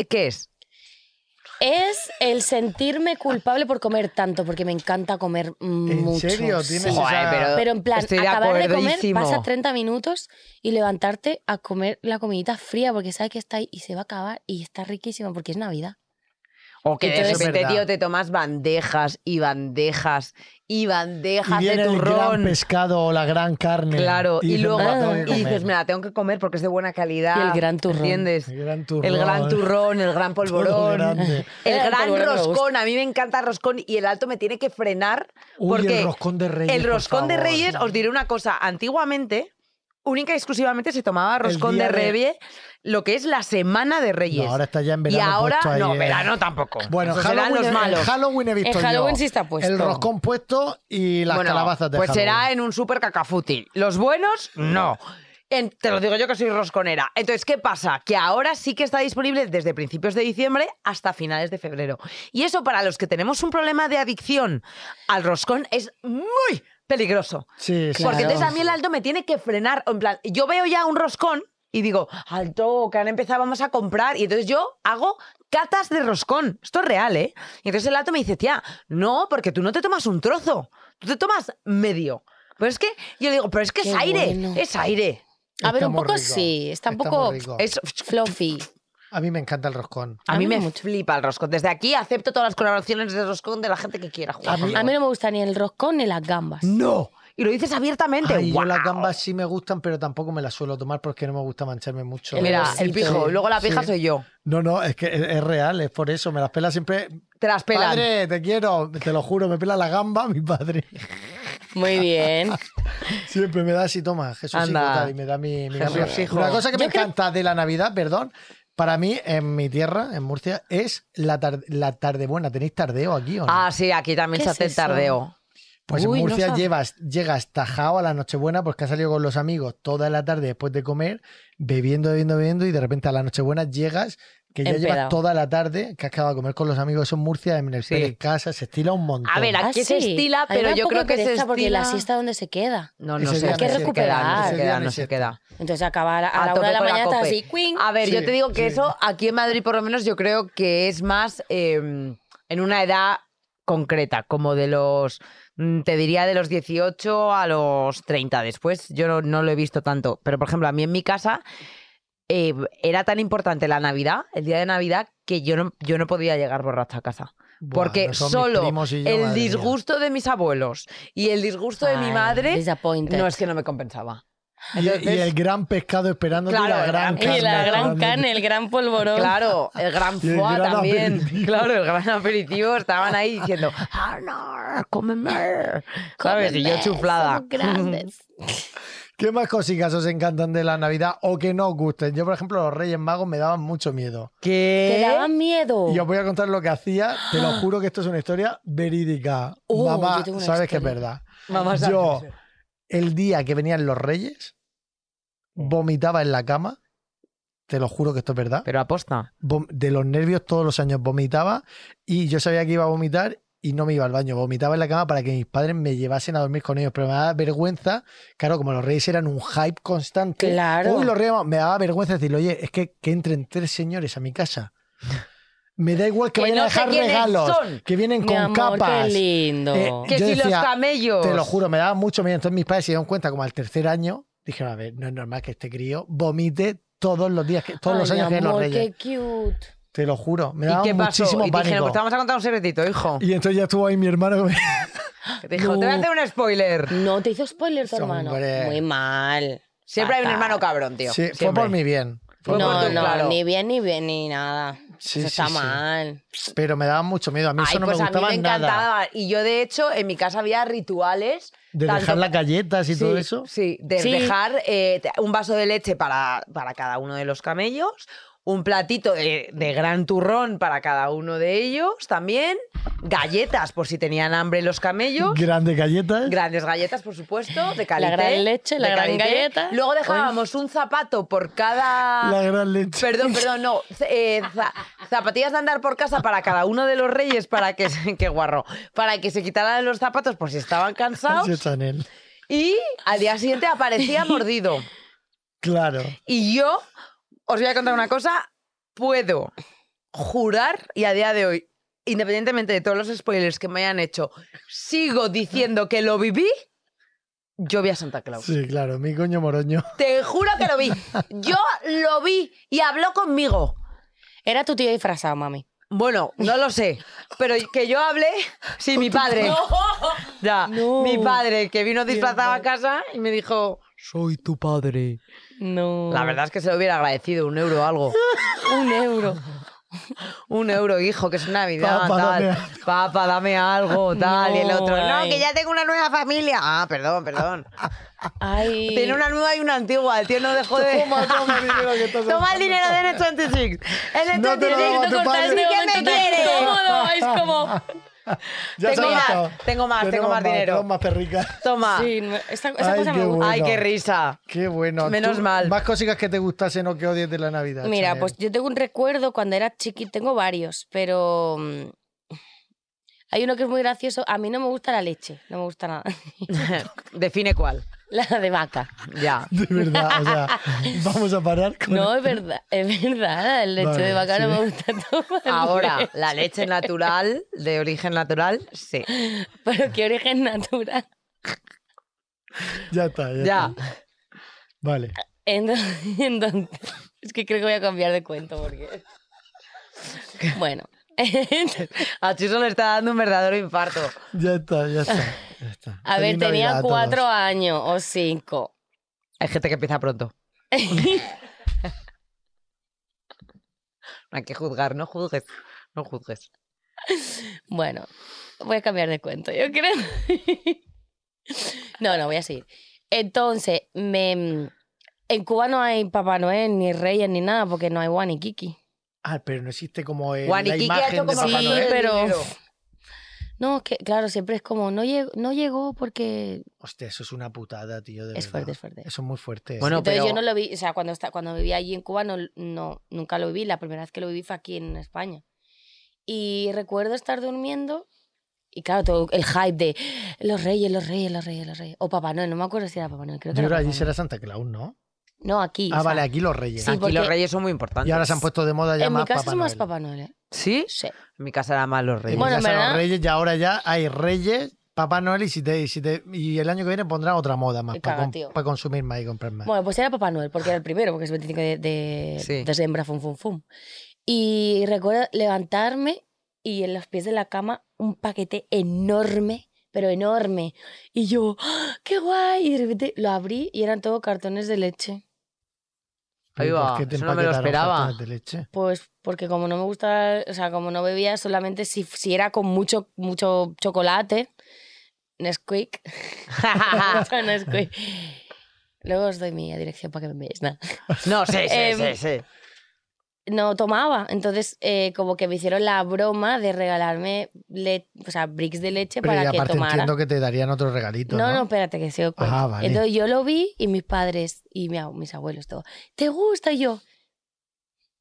Speaker 3: ¿Qué es?
Speaker 5: Es el sentirme culpable por comer tanto, porque me encanta comer
Speaker 2: ¿En
Speaker 5: mucho.
Speaker 2: serio?
Speaker 5: sí.
Speaker 2: Tienes esa-
Speaker 5: Pero en plan,
Speaker 3: Estoy de
Speaker 5: acabar de comer,
Speaker 3: acuerdísimo.
Speaker 5: pasa 30 minutos y levantarte a comer la comidita fría porque sabes que está ahí y se va a acabar y está riquísima porque es Navidad.
Speaker 3: O que de
Speaker 5: Entonces-
Speaker 3: repente,
Speaker 2: Es verdad.
Speaker 3: tío, te tomas bandejas y bandejas y
Speaker 2: y
Speaker 3: bandejas
Speaker 2: viene
Speaker 3: de
Speaker 2: el gran
Speaker 3: turrón.
Speaker 2: pescado o la gran carne.
Speaker 3: Claro, y,
Speaker 2: dices,
Speaker 3: luego
Speaker 2: "Me la tengo que
Speaker 3: y dices,
Speaker 2: comer".
Speaker 3: me la tengo que comer porque es de buena calidad.
Speaker 5: Y el gran turrón.
Speaker 3: ¿Entiendes?
Speaker 2: El gran turrón.
Speaker 3: El gran turrón, el gran
Speaker 2: Todo
Speaker 3: polvorón,
Speaker 2: grande.
Speaker 3: el
Speaker 5: El
Speaker 3: gran
Speaker 5: polvorón me gusta.
Speaker 3: roscón. A mí me encanta el roscón y el alto me tiene que frenar
Speaker 2: Uy,
Speaker 3: porque
Speaker 2: el roscón de Reyes.
Speaker 3: el
Speaker 2: por
Speaker 3: roscón de
Speaker 2: favor.
Speaker 3: Reyes, os diré una cosa, antiguamente, única y exclusivamente se tomaba roscón
Speaker 2: día
Speaker 3: de
Speaker 2: de-
Speaker 3: Reyes, lo que es la semana de
Speaker 2: No,
Speaker 3: Reyes.
Speaker 2: ahora está ya en
Speaker 3: y
Speaker 2: verano.
Speaker 3: ahora,
Speaker 2: puesto ahí,
Speaker 3: no,
Speaker 2: eh.
Speaker 3: verano tampoco.
Speaker 2: Bueno,
Speaker 3: Esos serán
Speaker 2: Halloween,
Speaker 3: los
Speaker 2: en
Speaker 3: malos.
Speaker 2: Halloween he visto
Speaker 5: En Halloween
Speaker 2: yo.
Speaker 5: sí está puesto.
Speaker 2: pues El roscón puesto y las
Speaker 3: Bueno,
Speaker 2: calabazas de
Speaker 3: Pues
Speaker 2: Halloween.
Speaker 3: será en un super cacafuti. Los buenos, no. En- te lo digo yo que soy rosconera. Entonces, ¿qué pasa? Que ahora sí que está disponible desde principios de diciembre hasta finales de febrero. Y eso para los que tenemos un problema de adicción al roscón es muy peligroso.
Speaker 2: Sí, sí.
Speaker 3: Porque
Speaker 4: Claro.
Speaker 3: entonces a mí el alto me tiene que frenar. En plan, yo veo ya un roscón y digo, alto, que han empezado, vamos a comprar. Y entonces yo hago catas de roscón. Esto es real, ¿eh? Y entonces el alto me dice, tía, no, porque tú no te tomas un trozo, tú te tomas medio. Pero es que, yo le digo, pero es que
Speaker 5: Qué
Speaker 3: es aire,
Speaker 5: bueno.
Speaker 3: es aire.
Speaker 5: A ver,
Speaker 2: Está
Speaker 5: un
Speaker 2: muy
Speaker 5: poco
Speaker 2: rico.
Speaker 5: sí, está un
Speaker 2: Está
Speaker 5: poco
Speaker 2: muy rico.
Speaker 3: Es,
Speaker 5: fluffy.
Speaker 2: A mí me encanta el roscón.
Speaker 3: a,
Speaker 5: A
Speaker 3: mí
Speaker 5: mí
Speaker 3: me
Speaker 5: no mucho.
Speaker 3: flipa el roscón. Desde aquí acepto todas las colaboraciones de roscón de la gente que quiera jugar.
Speaker 2: A mí-
Speaker 3: conmigo.
Speaker 5: A mí no me gusta ni el roscón ni las gambas.
Speaker 3: No. Y lo dices abiertamente.
Speaker 2: Ay, yo las
Speaker 3: ¡Guau!
Speaker 2: gambas sí me gustan, pero tampoco me las suelo tomar porque no me gusta mancharme mucho.
Speaker 3: Mira, el
Speaker 5: Sí,
Speaker 3: pijo,
Speaker 2: sí,
Speaker 3: luego la pija
Speaker 2: sí.
Speaker 3: soy yo.
Speaker 2: No, no, es que es, es real, es por eso. Me las pela siempre.
Speaker 3: Te las pelan.
Speaker 2: Padre, te quiero, te lo juro, me pela la gamba mi padre.
Speaker 5: Muy bien.
Speaker 2: Siempre me da así, toma, Jesús
Speaker 3: Anda.
Speaker 2: y me da mi, mi
Speaker 3: Jesús,
Speaker 2: gamba.
Speaker 3: hijo.
Speaker 2: Una cosa que me
Speaker 5: Yo creo-
Speaker 2: encanta de la Navidad, perdón, para mí en mi tierra, en Murcia, es la, tar- la tarde buena. ¿Tenéis tardeo aquí o no?
Speaker 3: Ah, sí, aquí también
Speaker 5: ¿Qué
Speaker 3: se
Speaker 5: es
Speaker 3: hace el
Speaker 5: eso?
Speaker 3: tardeo.
Speaker 2: Pues en
Speaker 3: Uy, no
Speaker 2: Murcia
Speaker 3: sab-
Speaker 2: llevas, llegas tajado a la Nochebuena porque has salido con los amigos toda la tarde después de comer, bebiendo, bebiendo, bebiendo, y de repente a la Nochebuena llegas que ya llevas
Speaker 5: Empedao.
Speaker 2: toda la tarde que has quedado a comer con los amigos. Eso en Murcia, en el
Speaker 3: Sí.
Speaker 2: Pérez Casa, se estila un montón.
Speaker 3: A ver,
Speaker 5: Ah,
Speaker 3: aquí se
Speaker 5: sí.
Speaker 3: estila,
Speaker 5: A mí me
Speaker 3: pero
Speaker 5: da un
Speaker 3: yo
Speaker 5: poco
Speaker 3: creo
Speaker 5: de
Speaker 3: que se
Speaker 5: pereza
Speaker 3: estila.
Speaker 5: porque la siesta donde se queda.
Speaker 3: No,
Speaker 2: Ese
Speaker 3: no
Speaker 2: día
Speaker 3: sé.
Speaker 2: Hay que
Speaker 3: no se
Speaker 5: recuperar.
Speaker 3: queda, No se
Speaker 2: Ese
Speaker 3: queda,
Speaker 2: día
Speaker 3: no
Speaker 2: no
Speaker 3: se
Speaker 2: es
Speaker 3: queda.
Speaker 5: Entonces acaba a la, a
Speaker 3: A
Speaker 5: la una
Speaker 3: tope
Speaker 5: de la
Speaker 3: con la
Speaker 5: mañana estás
Speaker 3: cope.
Speaker 5: así, ¡cuing!
Speaker 3: A ver, yo
Speaker 2: Sí,
Speaker 3: te digo que
Speaker 2: sí.
Speaker 3: eso aquí en Madrid, por lo menos, yo creo que es más eh, en una edad concreta, como de los, mm, te diría, de los 18 a los 30. Después yo no, no lo he visto tanto, pero por ejemplo, a mí en mi casa eh, era tan importante la Navidad, el día de Navidad, que yo no, yo no podía llegar borracha a casa.
Speaker 2: Buah,
Speaker 3: Porque
Speaker 2: no son mis
Speaker 3: solo
Speaker 2: primos y yo,
Speaker 3: el
Speaker 2: madre mía.
Speaker 3: disgusto de mis abuelos y el disgusto de mi
Speaker 5: Ay,
Speaker 3: madre
Speaker 5: disappointed.
Speaker 3: no es que no me compensaba.
Speaker 2: Y- Y,
Speaker 3: Entonces-
Speaker 2: el gran pescado esperando
Speaker 3: Claro,
Speaker 2: la gran
Speaker 3: el
Speaker 2: carne.
Speaker 5: Y la gran
Speaker 2: esperándote.
Speaker 5: carne, el gran polvorón.
Speaker 3: Claro, el gran
Speaker 2: Y el
Speaker 3: foie
Speaker 2: gran
Speaker 3: también.
Speaker 2: aperitivo.
Speaker 3: Claro, el gran aperitivo. Estaban ahí diciendo, ¡Ah, no! ¡Cómeme! ¿Sabes? Y yo
Speaker 5: Cómeme,
Speaker 3: chuflada.
Speaker 5: somos grandes.
Speaker 2: ¿Qué más cositas os encantan de la Navidad o que no os gusten? Yo, por ejemplo, los Reyes Magos me daban mucho miedo.
Speaker 5: Te
Speaker 3: ¿Qué?
Speaker 5: daban miedo.
Speaker 2: Y os voy a contar lo que hacía. Te lo juro que esto es una historia verídica.
Speaker 5: Oh,
Speaker 2: Mamá,
Speaker 5: yo tengo una
Speaker 2: sabes que es
Speaker 5: historia.
Speaker 2: verdad.
Speaker 3: Mamá sabe
Speaker 2: yo,
Speaker 3: hacer.
Speaker 2: el día que venían los reyes, vomitaba en la cama. Te lo juro que esto es verdad.
Speaker 3: Pero aposta.
Speaker 2: Vom- De los nervios todos los años vomitaba y yo sabía que iba a vomitar y no me iba al baño. Vomitaba en la cama para que mis padres me llevasen a dormir con ellos. Pero me daba vergüenza. Claro, como los reyes eran un hype constante.
Speaker 5: Claro.
Speaker 2: Uy, los reyes, Magos, me daba vergüenza decirle, oye, es que, que entren tres señores a mi casa. Me da igual que,
Speaker 3: Que
Speaker 2: vayan
Speaker 3: no
Speaker 2: a
Speaker 3: sé
Speaker 2: dejar
Speaker 3: quiénes
Speaker 2: regalos,
Speaker 3: son.
Speaker 2: que vienen
Speaker 5: Mi
Speaker 2: con
Speaker 5: amor,
Speaker 2: capas.
Speaker 5: qué lindo.
Speaker 2: Eh,
Speaker 3: Que
Speaker 2: Yo
Speaker 3: si los
Speaker 2: decía,
Speaker 3: camellos.
Speaker 2: Te lo juro, me daba mucho miedo. Entonces mis padres se dieron cuenta como al tercer año, dijeron, a ver, no es normal que este crío vomite todos los días, que- todos
Speaker 5: Ay,
Speaker 2: los años que
Speaker 5: mi
Speaker 2: vienen los
Speaker 5: amor,
Speaker 2: reyes.
Speaker 5: qué cute.
Speaker 2: Te lo juro, me
Speaker 3: ¿Y
Speaker 2: daba
Speaker 3: qué pasó?
Speaker 2: muchísimo
Speaker 3: y dijeron,
Speaker 2: pánico.
Speaker 3: pues te vamos a contar un secretito, hijo.
Speaker 2: Y entonces ya estuvo ahí mi hermano. que me-
Speaker 3: Que te dijo, te voy a
Speaker 5: No.
Speaker 3: hacer un spoiler.
Speaker 5: No, te hizo spoiler tu hermano.
Speaker 2: Hombre.
Speaker 5: Muy mal.
Speaker 3: Siempre hay un
Speaker 5: Fatal.
Speaker 3: hermano cabrón, tío.
Speaker 2: Sí, fue
Speaker 3: Siempre.
Speaker 2: por mi bien. Fue por
Speaker 5: No,
Speaker 2: mi
Speaker 5: no,
Speaker 2: bien.
Speaker 3: claro.
Speaker 5: ni bien, ni bien, ni nada.
Speaker 2: Sí,
Speaker 5: Eso
Speaker 2: sí,
Speaker 5: está
Speaker 2: sí.
Speaker 5: mal.
Speaker 2: Pero me daba mucho miedo. A mí
Speaker 3: Ay,
Speaker 2: eso no
Speaker 3: pues
Speaker 2: me
Speaker 3: a mí
Speaker 2: gustaba
Speaker 3: me
Speaker 2: nada.
Speaker 3: encantaba. Y yo, de hecho, en mi casa había rituales.
Speaker 2: De
Speaker 3: tanto
Speaker 2: dejar las galletas y
Speaker 3: sí,
Speaker 2: todo eso.
Speaker 3: Sí, de
Speaker 5: Sí.
Speaker 3: dejar eh, te- un vaso de leche para, para cada uno de los camellos, un platito de, de gran turrón para cada uno de ellos también, galletas por si tenían hambre los camellos.
Speaker 2: Grandes galletas.
Speaker 3: Grandes galletas, por supuesto, de calidad.
Speaker 5: gran leche, la gran galleta.
Speaker 3: Luego dejábamos un zapato por cada...
Speaker 2: la gran leche.
Speaker 3: Perdón, perdón, no. Z- eh, za- zapatillas de andar por casa para cada uno de los reyes para que se, qué guarro, para que se quitaran los zapatos por si estaban cansados.
Speaker 2: Sí, Chanel.
Speaker 3: Y al día siguiente aparecía mordido.
Speaker 2: Claro.
Speaker 3: Y yo os voy a contar una cosa. Puedo jurar, y a día de hoy, independientemente de todos los spoilers que me hayan hecho, sigo diciendo que lo viví. Yo vi a Santa Claus.
Speaker 2: Sí, claro. Mi coño moroño.
Speaker 3: Te juro que lo vi. Yo lo vi y habló conmigo.
Speaker 5: Era tu tío disfrazado, mami.
Speaker 3: Bueno, no lo sé, pero que yo hablé, sí, mi padre. Ya,
Speaker 5: No.
Speaker 3: mi padre que vino disfrazado a casa y me dijo, soy tu padre.
Speaker 5: No.
Speaker 3: La verdad es que se lo hubiera agradecido, un euro o algo.
Speaker 5: Un euro.
Speaker 3: Un euro, hijo, que es Navidad,
Speaker 2: Papá,
Speaker 3: tal.
Speaker 2: dame algo.
Speaker 3: Papá, dame algo, tal. y el
Speaker 5: No,
Speaker 3: otro, no,
Speaker 5: ay.
Speaker 3: que ya tengo una nueva familia. Ah, perdón, perdón.
Speaker 5: Ay.
Speaker 3: Tiene una nueva y una antigua. El tío no dejó de...
Speaker 2: Toma, toma el dinero que estás
Speaker 3: Toma el
Speaker 2: gastando.
Speaker 3: dinero de N26.
Speaker 2: No te lo daba
Speaker 3: N26,
Speaker 2: tu padre.
Speaker 3: ¿qué me quieres?
Speaker 5: cómodo, es como
Speaker 2: Ya se ha
Speaker 3: tengo,
Speaker 2: gastado.
Speaker 3: más, tengo más, tengo
Speaker 2: Tenemos
Speaker 3: más dinero.
Speaker 2: tenemos más perrica.
Speaker 3: Toma.
Speaker 5: Sí, no- esta, esa
Speaker 2: Ay,
Speaker 5: cosa
Speaker 2: qué
Speaker 5: me gusta.
Speaker 2: bueno.
Speaker 3: Ay, qué risa.
Speaker 2: Qué bueno.
Speaker 3: Menos
Speaker 2: Tú,
Speaker 3: mal.
Speaker 2: Más cositas que te gustasen o que odies de la Navidad.
Speaker 5: Mira,
Speaker 2: Chanel.
Speaker 5: pues yo tengo un recuerdo cuando era chiquita, tengo varios, pero mm, hay uno que es muy gracioso. A mí no me gusta la leche, no me gusta nada.
Speaker 3: Define cuál.
Speaker 5: La de vaca.
Speaker 3: Ya.
Speaker 2: De verdad, o sea, vamos a parar con.
Speaker 5: No, es verdad, es verdad, el leche
Speaker 2: Vale,
Speaker 5: de vaca no
Speaker 2: sí.
Speaker 5: me gusta tomar.
Speaker 3: Ahora, la leche natural, de origen natural, sí.
Speaker 5: Pero qué origen natural.
Speaker 2: Ya está, ya,
Speaker 3: Ya.
Speaker 2: está. Vale.
Speaker 5: Entonces, entonces- es que creo que voy a cambiar de cuento porque... Bueno,
Speaker 3: A Chuso le está dando un verdadero infarto.
Speaker 2: Ya está, ya está. ya está.
Speaker 5: a ver,
Speaker 2: Feliz Navidad
Speaker 5: tenía
Speaker 2: a todos.
Speaker 5: cuatro años o cinco.
Speaker 3: Hay gente que empieza pronto. No hay que juzgar, no juzgues. No juzgues.
Speaker 5: Bueno, voy a cambiar de cuento, yo creo. No, no, voy a seguir. Entonces, me, en Cuba no hay Papá Noel, ni Reyes, ni nada, porque no hay Wanikiki.
Speaker 2: Ah, pero no existe como el, Eh, la
Speaker 3: Guaniquique ha hecho
Speaker 2: imagen de
Speaker 3: como
Speaker 5: Sí,
Speaker 2: Papá Noel.
Speaker 5: pero- No, es que claro, siempre es como, no, llegó- no llegó porque...
Speaker 2: Hostia, eso es una putada, tío. De
Speaker 5: Es
Speaker 2: verdad.
Speaker 5: fuerte, es fuerte.
Speaker 2: Eso es muy fuerte.
Speaker 3: Bueno,
Speaker 5: Entonces
Speaker 3: pero-
Speaker 5: yo no lo vi, o sea, cuando, esta- cuando vivía allí en Cuba no, no, nunca lo viví, la primera vez que lo viví fue aquí en España. Y recuerdo estar durmiendo y claro, todo el hype de los reyes, los reyes, los reyes, los reyes. O Papá Noel, no me acuerdo si era Papá Noel, creo
Speaker 2: yo
Speaker 5: que
Speaker 2: creo que
Speaker 5: era
Speaker 2: allí
Speaker 5: Papá Noel.
Speaker 2: será Santa Claus, ¿no?
Speaker 5: No, aquí.
Speaker 2: Ah,
Speaker 5: o sea,
Speaker 2: vale, aquí los reyes.
Speaker 5: Sí,
Speaker 3: Aquí
Speaker 5: porque-
Speaker 3: los reyes son muy importantes.
Speaker 2: Y ahora se han puesto de moda ya
Speaker 5: En mi
Speaker 2: más
Speaker 5: casa
Speaker 2: Papá
Speaker 5: es más
Speaker 2: Noel.
Speaker 5: Papá Noel, ¿eh?
Speaker 3: ¿Sí?
Speaker 5: Sí.
Speaker 3: En mi casa eran más los
Speaker 2: En mi
Speaker 3: reyes.
Speaker 5: Bueno,
Speaker 2: casa
Speaker 5: ¿verdad?
Speaker 2: los reyes ya ahora ya hay reyes, Papá Noel y si te, y si te- y el año que viene pondrán otra moda más
Speaker 5: Qué
Speaker 2: para,
Speaker 5: caga,
Speaker 2: con-
Speaker 5: tío.
Speaker 2: para consumir más y comprar más.
Speaker 5: Bueno, pues era Papá Noel, porque era el primero, porque es 25 de, de
Speaker 3: Sí.
Speaker 5: de sembra, fum, fum, fum. Y recuerdo levantarme y en los pies de la cama un paquete enorme, pero enorme. Y yo, ¡ah, ¡qué guay! Y de repente lo abrí y eran todo cartones de leche.
Speaker 2: Pero
Speaker 3: ahí
Speaker 2: ¿y por
Speaker 3: va,
Speaker 2: qué te
Speaker 3: eso no me lo
Speaker 2: empaquetaron
Speaker 3: esperaba.
Speaker 2: cartones de leche?
Speaker 5: Pues porque como no me gusta, o sea, como no bebía, solamente si, si era con mucho, mucho chocolate, Nesquik, mucho Nesquik. Luego os doy mi dirección para que me veáis, nada.
Speaker 3: no, sí, sí,
Speaker 5: Em,
Speaker 3: sí, sí.
Speaker 5: no tomaba. Entonces, eh, como que me hicieron la broma de regalarme le- o sea, bricks de leche
Speaker 2: Pero y
Speaker 5: para que
Speaker 2: aparte
Speaker 5: tomara.
Speaker 2: entiendo que te darían otro regalito,
Speaker 5: no,
Speaker 2: ¿no?
Speaker 5: no, espérate, que se dio cuenta.
Speaker 2: Ah, vale.
Speaker 5: Entonces yo lo vi y mis padres y mi ab- mis abuelos, todo. ¿Te gusta? Y yo.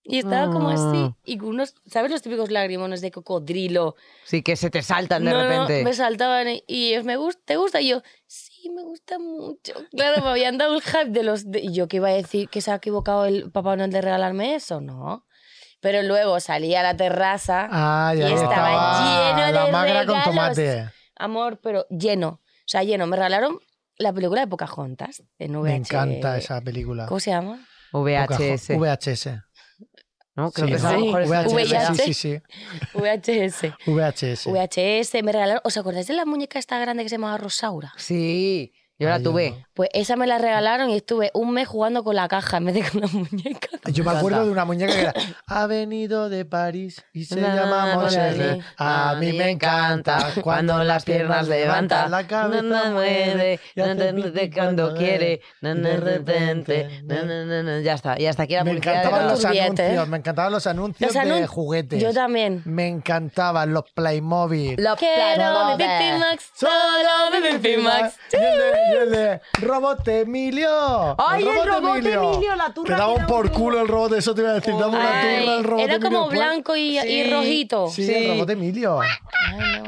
Speaker 5: Y estaba como así.
Speaker 3: Ah.
Speaker 5: Y con unos, ¿sabes los típicos lagrimones de cocodrilo?
Speaker 3: Sí, que se te saltan de
Speaker 5: No, no,
Speaker 3: repente.
Speaker 5: me saltaban y- y ellos, ¿me gusta? ¿Te gusta? Y yo, sí, me gusta mucho. Claro, me habían dado el hype de los... de- y yo que iba a decir que se ha equivocado el Papá Noel de regalarme eso, ¿no? Pero luego salí a la terraza,
Speaker 2: Ah, ya
Speaker 5: Y
Speaker 2: ya
Speaker 5: estaba lleno
Speaker 2: la
Speaker 5: de
Speaker 2: magra con
Speaker 5: regalos.
Speaker 2: tomate.
Speaker 5: amor, pero lleno. O sea, lleno. Me regalaron la película de Pocahontas, en VH.
Speaker 2: Me encanta esa película.
Speaker 5: ¿Cómo se llama?
Speaker 3: VHS.
Speaker 2: Poca- VHS.
Speaker 3: ¿no? Creo
Speaker 2: Sí,
Speaker 3: que
Speaker 2: ¿no?
Speaker 3: es a lo mejor es
Speaker 2: VHS.
Speaker 5: VHS.
Speaker 2: Sí, sí, sí.
Speaker 5: VHS.
Speaker 2: VHS.
Speaker 5: VHS, me regalaron... ¿Os acordáis de la muñeca esta grande que se llamaba Rosaura?
Speaker 3: Sí, yo
Speaker 2: Ah,
Speaker 3: la
Speaker 2: yo
Speaker 3: tuve.
Speaker 2: no.
Speaker 5: Pues esa me la regalaron y estuve un mes jugando con la caja en vez de con la muñeca.
Speaker 2: Yo me
Speaker 3: Me
Speaker 2: acuerdo
Speaker 3: encanta.
Speaker 2: de una muñeca que era Ha venido de París y se
Speaker 3: Na,
Speaker 2: llama
Speaker 3: na,
Speaker 2: Montserrat.
Speaker 5: na,
Speaker 2: A mí me encanta cuando las piernas levanta, la cabeza
Speaker 3: na, na,
Speaker 2: mueve y
Speaker 3: na,
Speaker 2: hace
Speaker 3: na, na,
Speaker 2: pipí
Speaker 3: cuando quiere, na,
Speaker 2: y
Speaker 3: na,
Speaker 2: de
Speaker 3: de repente,
Speaker 2: repente,
Speaker 3: na, na, na, na. ya está, y hasta aquí la
Speaker 2: Me
Speaker 3: publicidad de
Speaker 2: encantaban
Speaker 3: la-
Speaker 2: los
Speaker 5: Turbiete, ¿eh?
Speaker 2: anuncios, me encantaban los anuncios
Speaker 5: Los
Speaker 2: de
Speaker 5: anun-
Speaker 2: juguetes.
Speaker 5: Yo también.
Speaker 2: Me encantaban los Playmobil.
Speaker 3: Los
Speaker 5: Quiero mi
Speaker 3: platos.
Speaker 5: Pipi Max, solo mi Pipi Max.
Speaker 2: Y el de- y el de Robot Emilio.
Speaker 3: ¡Ay, el robot Emilio, la turra
Speaker 2: Te daba
Speaker 3: que
Speaker 2: un
Speaker 3: da
Speaker 2: por
Speaker 3: un-
Speaker 2: culo el robot, eso te iba a decir. Dame una
Speaker 5: Ay,
Speaker 2: turra al robot
Speaker 5: era
Speaker 2: Emilio
Speaker 5: como
Speaker 2: después.
Speaker 5: blanco y, y
Speaker 3: Sí.
Speaker 5: rojito.
Speaker 2: Sí,
Speaker 3: Sí.
Speaker 2: el robot Emilio.